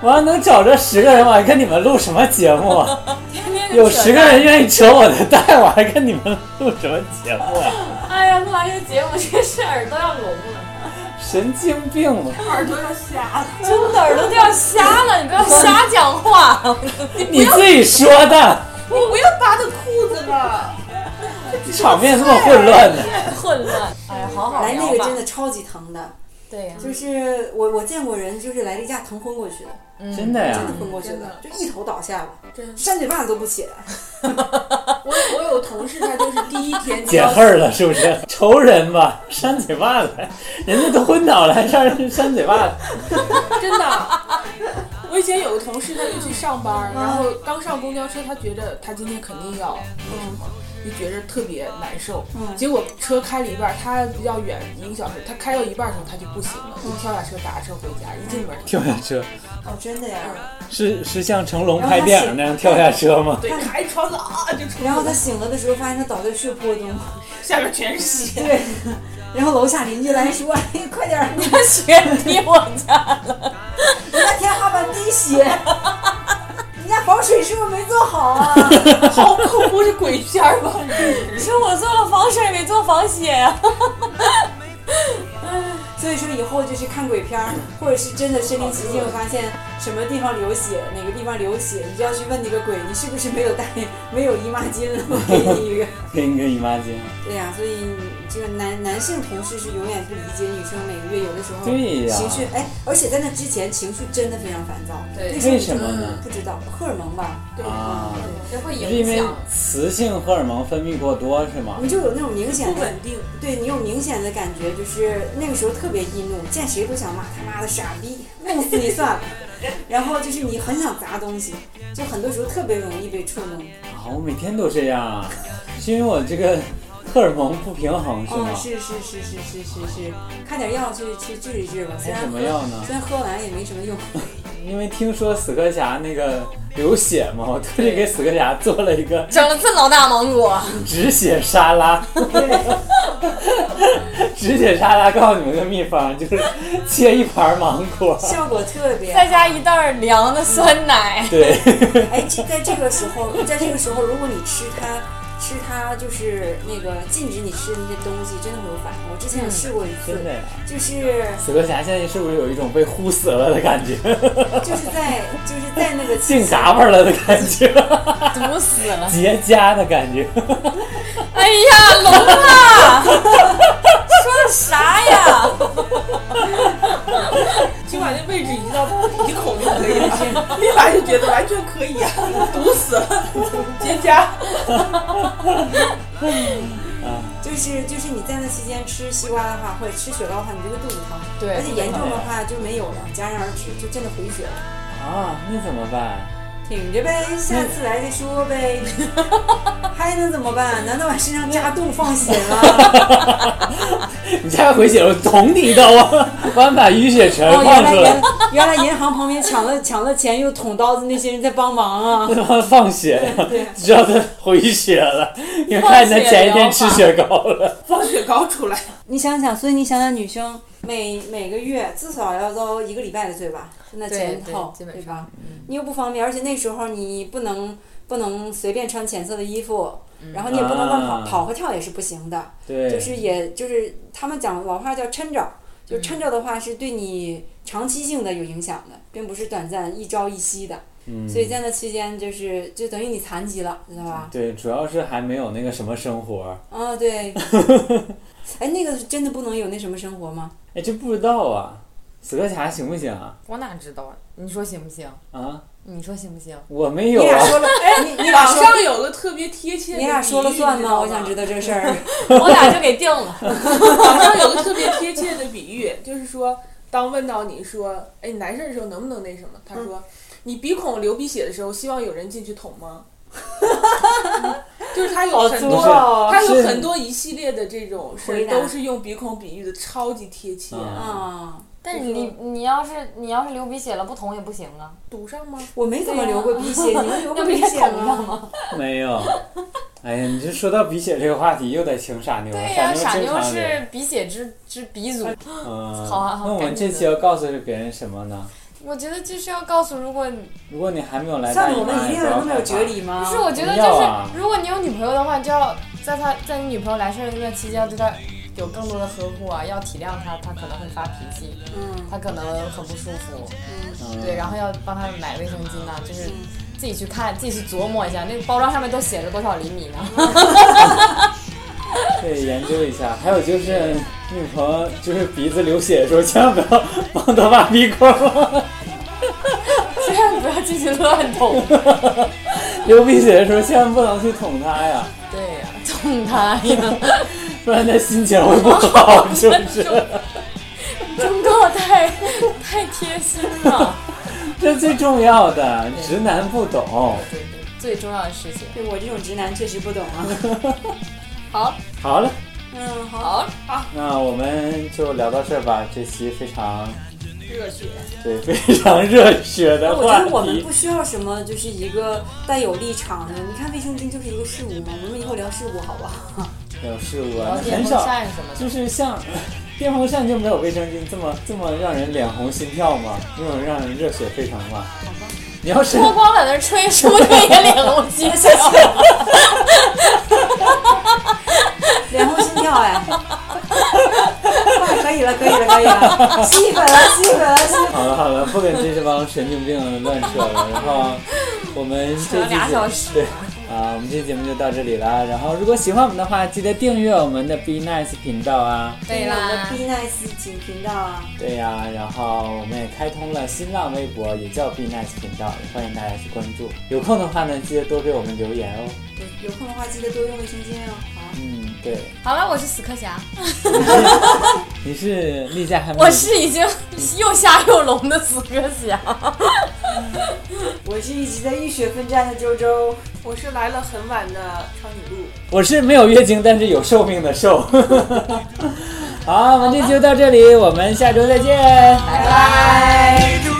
Speaker 2: 我要能找着十个人，我还跟你们录什么节目 啊？
Speaker 3: 天天就
Speaker 2: 有
Speaker 3: 扯
Speaker 2: 十个人愿意扯我的蛋，我还跟你们录什么节目啊？
Speaker 3: 哎呀，录完这个节目，这事耳朵要聋了，
Speaker 2: 神经病啊 吧！
Speaker 5: 耳 朵要瞎了，
Speaker 3: 真的耳朵都要瞎了。你不要瞎讲话，
Speaker 2: 你自己说的，
Speaker 5: 我不要扒他裤子了。
Speaker 2: 场面这么混乱呢？
Speaker 3: 混乱。哎呀，好好
Speaker 4: 来那
Speaker 3: 聊
Speaker 4: 个
Speaker 3: 吧
Speaker 4: 真。的超级疼的，
Speaker 3: 对呀，
Speaker 4: 就是我我见过人就是来例假疼昏过去的，
Speaker 3: 嗯
Speaker 2: 真的呀
Speaker 4: 哎真的，昏过去的，就一头倒下了，
Speaker 5: 真的，
Speaker 4: 扇嘴巴子都不起来。
Speaker 5: 我我有同事，他就是第一天
Speaker 2: 解恨儿了是不是？仇人吧，扇嘴巴子， 人家都昏倒了，还让人扇嘴巴子。
Speaker 5: 真的。我以前有个同事，他就去上班，然后刚上公交车，他觉得他今天肯定要那什么，就觉着特别难受。
Speaker 4: 嗯
Speaker 5: 结果车开了一半，他比较远，一个小时，他开到一半的时候他就不行了，就跳下车打车回家，一进门
Speaker 2: 跳下车
Speaker 4: 哦，真的呀。
Speaker 2: 是是像成龙拍电影那样跳下车吗？
Speaker 5: 对，开窗子啊就出去了，
Speaker 4: 然后他醒了的时候，发现他倒在血泊中。
Speaker 5: 下面全是血，
Speaker 4: 对，然后楼下邻居来说：“哎，快点儿，
Speaker 3: 他 学踢我家了，
Speaker 4: 人家天花板 滴血，人家防水是不是没做好啊
Speaker 5: 好恐怖，是鬼片儿 吧？
Speaker 3: 你说我做了防水没做防血呀、？”
Speaker 4: 所以说以后就是看鬼片儿，或者是真的身临其境，发现什么地方流血，哪个地方流血，你就要去问那个鬼，你是不是没有带没有姨妈巾了？我给 你一个。
Speaker 2: 给你个姨妈巾。
Speaker 4: 对呀、所以这个男男性同事是永远不理解女生每个月有的时候
Speaker 2: 对呀
Speaker 4: 情绪哎，而且在那之前情绪真的非常烦躁。
Speaker 3: 对
Speaker 4: 那时候
Speaker 2: 为什么呢
Speaker 4: 不知道荷尔蒙吧，
Speaker 5: 对，
Speaker 2: 啊，
Speaker 3: 这会
Speaker 2: 是因为雌性荷尔蒙分泌过多是吗
Speaker 4: 你？就有那种明显
Speaker 5: 不
Speaker 4: 的
Speaker 5: 稳定，
Speaker 4: 对你有明显的感觉，就是那个时候特别易怒，见谁都想骂他妈的傻逼，弄死你 算了。然后就是你很想砸东西，就很多时候特别容易被触动。
Speaker 2: 啊，我每天都这样啊，是因为我这个荷尔蒙不平衡是
Speaker 4: 嗯，
Speaker 2: 吗？
Speaker 4: 是是是是是是是，开点药去去治一治吧。
Speaker 2: 哎，
Speaker 4: 虽然
Speaker 2: 什
Speaker 4: 喝
Speaker 2: 么药呢？
Speaker 4: 虽然喝完也没什 么用。
Speaker 2: 因为听说死磕侠那个流血嘛，我特地给死磕侠做了一个
Speaker 3: 整了这老大芒 果，
Speaker 2: 止血沙拉。 止血沙拉告诉你们个秘方，就是切一盘芒果。
Speaker 4: 效果特别好。
Speaker 3: 再加一袋凉的酸奶，
Speaker 2: 对，
Speaker 4: 哎，这在这个时候，在这个时候，如果你吃它，吃它就是那个禁止你吃的那些东西，真的会有反应。我之前有试过一次
Speaker 2: 嗯真，的呀。
Speaker 4: 就是
Speaker 2: 死磕侠现在是不是有一种被呼死了的感觉，
Speaker 4: 就是在就是在那个
Speaker 2: 净嘎巴了的感觉，
Speaker 3: 毒死了！
Speaker 2: 结痂的感觉。
Speaker 3: 哎呀，聋 了！说的啥呀？
Speaker 5: 请把那位置移到鼻孔就可以了，立马就觉得完全可以啊，堵死了，结痂。
Speaker 4: 就是就是你在那期间吃西瓜的话，或者吃雪糕的话，你就会肚子疼，
Speaker 3: 对
Speaker 4: 而且严重的话就没有了，戛然而止，就真的回血了。
Speaker 2: 啊，那怎么办？
Speaker 4: 挺着呗，下
Speaker 2: 嗯
Speaker 4: 次来再说呗， 还能怎么办？难道往身 上扎洞放血吗？
Speaker 2: 你再回血，我捅你一刀啊！我把淤血全
Speaker 4: 哦，
Speaker 2: 放
Speaker 4: 原
Speaker 2: 出来
Speaker 4: 来原，原来银行旁边抢了抢了钱又捅刀子那些人在帮忙啊！
Speaker 2: 他妈放血呀！
Speaker 4: 对，
Speaker 2: 知道他回血了，因为看他前一天吃雪糕了。
Speaker 5: 放雪糕出来，
Speaker 4: 你想想，所以你想想，女生每每个月至少要遭一个礼拜的罪吧，真的
Speaker 3: 对
Speaker 4: 前套，
Speaker 3: 对基本
Speaker 4: 对
Speaker 3: 上嗯
Speaker 4: 吧？你又不方便，而且那时候你不能不能随便穿浅色的衣服，
Speaker 3: 嗯
Speaker 4: 然后你也不能乱跑、
Speaker 2: 啊
Speaker 4: 跑和跳也是不行的，就
Speaker 2: 对，
Speaker 4: 是也就是他们讲老话叫抻着，就
Speaker 3: 嗯
Speaker 4: 抻着的话是对你长期性的有影响的，并不是短暂一朝一夕的。
Speaker 2: 嗯，
Speaker 4: 所以在那期间就是就等于你残疾了，知道吧？
Speaker 2: 对，主要是还没有那个什么生活。
Speaker 4: 啊、 对。哎，那个真的不能有那什么生活吗？
Speaker 2: 哎，这不知道啊，死磕侠行不行啊？
Speaker 3: 我哪知道啊？你说行不行？
Speaker 2: 啊，
Speaker 3: 你说行不行？
Speaker 2: 我没
Speaker 4: 你
Speaker 2: 有
Speaker 4: 俩
Speaker 2: 啊，
Speaker 4: 说了，哎，你 你俩
Speaker 5: 网
Speaker 4: 说，
Speaker 5: 上有个特别贴切的，
Speaker 4: 你俩说了算吗？
Speaker 5: 吗？
Speaker 4: 我 想知道这个事 儿。
Speaker 3: 我俩就给定了。
Speaker 5: 网上有个特别贴切的比喻，就是说，当问到你说，哎，你难事儿的时候能不能那什么？他
Speaker 4: 嗯
Speaker 5: 说，你鼻孔流鼻血的时候，希望有人进去捅吗？ 就是他有很
Speaker 2: 不
Speaker 5: 多，
Speaker 2: 是
Speaker 5: 他有
Speaker 2: 是
Speaker 5: 很多一系列的这种
Speaker 4: 啊回
Speaker 5: 事，
Speaker 4: 答
Speaker 5: 都是用鼻孔比喻的，超级贴切。
Speaker 2: 嗯
Speaker 4: 啊，
Speaker 3: 但是你你要是你要是流鼻血了不捅也不行啊，
Speaker 5: 堵上吗？
Speaker 4: 我没怎么流过鼻血，啊 你们流
Speaker 3: 那
Speaker 4: 过
Speaker 3: 不也
Speaker 4: 鼻
Speaker 3: 捅
Speaker 4: 血
Speaker 3: 上
Speaker 4: 吗？
Speaker 3: 吗？
Speaker 2: 没有。哎呀，你这说到鼻血这个话题，又得请傻妞了。
Speaker 3: 对呀、傻
Speaker 2: 经
Speaker 3: 妞
Speaker 2: 常有
Speaker 3: 是鼻血之之鼻祖。
Speaker 2: 嗯，
Speaker 3: 好啊好
Speaker 2: 那我们
Speaker 3: 赶紧
Speaker 2: 这期要告诉别人什么呢？
Speaker 3: 我觉得就是要告诉，如果你
Speaker 2: 如果你还没有来大
Speaker 4: 像
Speaker 2: 姨
Speaker 4: 我们
Speaker 2: 妈，
Speaker 4: 一
Speaker 2: 也
Speaker 4: 定
Speaker 2: 不
Speaker 4: 有
Speaker 2: 要
Speaker 4: 那么有
Speaker 2: 害
Speaker 4: 哲
Speaker 2: 怕。
Speaker 4: 理
Speaker 3: 不
Speaker 4: 吗
Speaker 3: 是，？我觉得就
Speaker 2: 要啊
Speaker 3: 是，如果你有女朋友的话，就要在她在你女朋友来事儿的那段期间，要对她有更多的呵护啊，要体谅她，她可能会发脾气，
Speaker 4: 嗯，
Speaker 3: 她可能很不舒服，
Speaker 2: 嗯
Speaker 3: 对，然后要帮她买卫生巾呐、就是自己去看，自己去琢磨一下，那个包装上面都写着多少厘米呢？
Speaker 2: 可以研究一下。还有就是，女朋友就是鼻子流血的时候，千万不要帮她挖鼻孔，
Speaker 3: 千万不要进去乱捅。
Speaker 2: 流鼻血的时候千万不能去捅她呀，
Speaker 3: 对呀、捅她呀，
Speaker 2: 不然她心情会不好， 是不 是？
Speaker 3: 忠告太太贴心了。
Speaker 2: 这最重要的，直男不懂。
Speaker 3: 对对，最重要的 事情。
Speaker 4: 对我这种直男确实不懂啊。
Speaker 3: 好，
Speaker 2: 好了，
Speaker 4: 嗯，好。
Speaker 3: 好，
Speaker 2: 那我们就聊到这儿吧。这期非常
Speaker 5: 热血，
Speaker 2: 对非常热血的
Speaker 4: 哎我
Speaker 2: 话
Speaker 4: 觉得我们
Speaker 2: 题
Speaker 4: 不，需要什么，就是一个带有立场的。你看卫生巾就是一个事物嘛，我们以后聊事物好不好？
Speaker 2: 有事物
Speaker 3: 然
Speaker 2: 啊
Speaker 3: 后，
Speaker 2: 很
Speaker 3: 电风
Speaker 2: 少。
Speaker 3: 扇什么的。
Speaker 2: 就是像 电风扇就没有卫生巾这么这么让人脸红心跳吗？这种让人热血沸腾吗？你要是
Speaker 3: 脱光在那儿吹，说不定也脸红心跳。
Speaker 4: 脸红心跳哎，哎可以了，可以了，可以了，吸粉了，吸粉了，吸粉了。
Speaker 2: 好了好了，不跟这帮神经病乱扯了。然后我们这
Speaker 3: 扯
Speaker 2: 期
Speaker 3: 俩
Speaker 2: 节
Speaker 3: 小时
Speaker 2: 对啊，我们这期节目就到这里啦。然后如果喜欢我们的话，记得订阅我们的 Be Nice 频道啊。
Speaker 3: 对
Speaker 4: 我们的
Speaker 3: 啦，
Speaker 4: B Nice 请频道啊，
Speaker 2: 对呀、然后我们也开通了新浪微博，也叫 Be Nice 频道，也欢迎大家去关 注。有空的话呢，记得多给我们留言哦。
Speaker 4: 有有空的话记得多用卫生巾哦。好，
Speaker 2: 嗯，对，
Speaker 3: 好了，我是死磕侠，
Speaker 2: 你是例假还没有
Speaker 3: 我是已经又瞎又聋的死磕侠。
Speaker 4: 我是一直在浴血奋战的周周，
Speaker 5: 我是来了很晚的超女路。
Speaker 2: 我是没有月经，但是有寿命的寿。 好，我们这期就到这里，我们下周再见。
Speaker 4: 拜拜。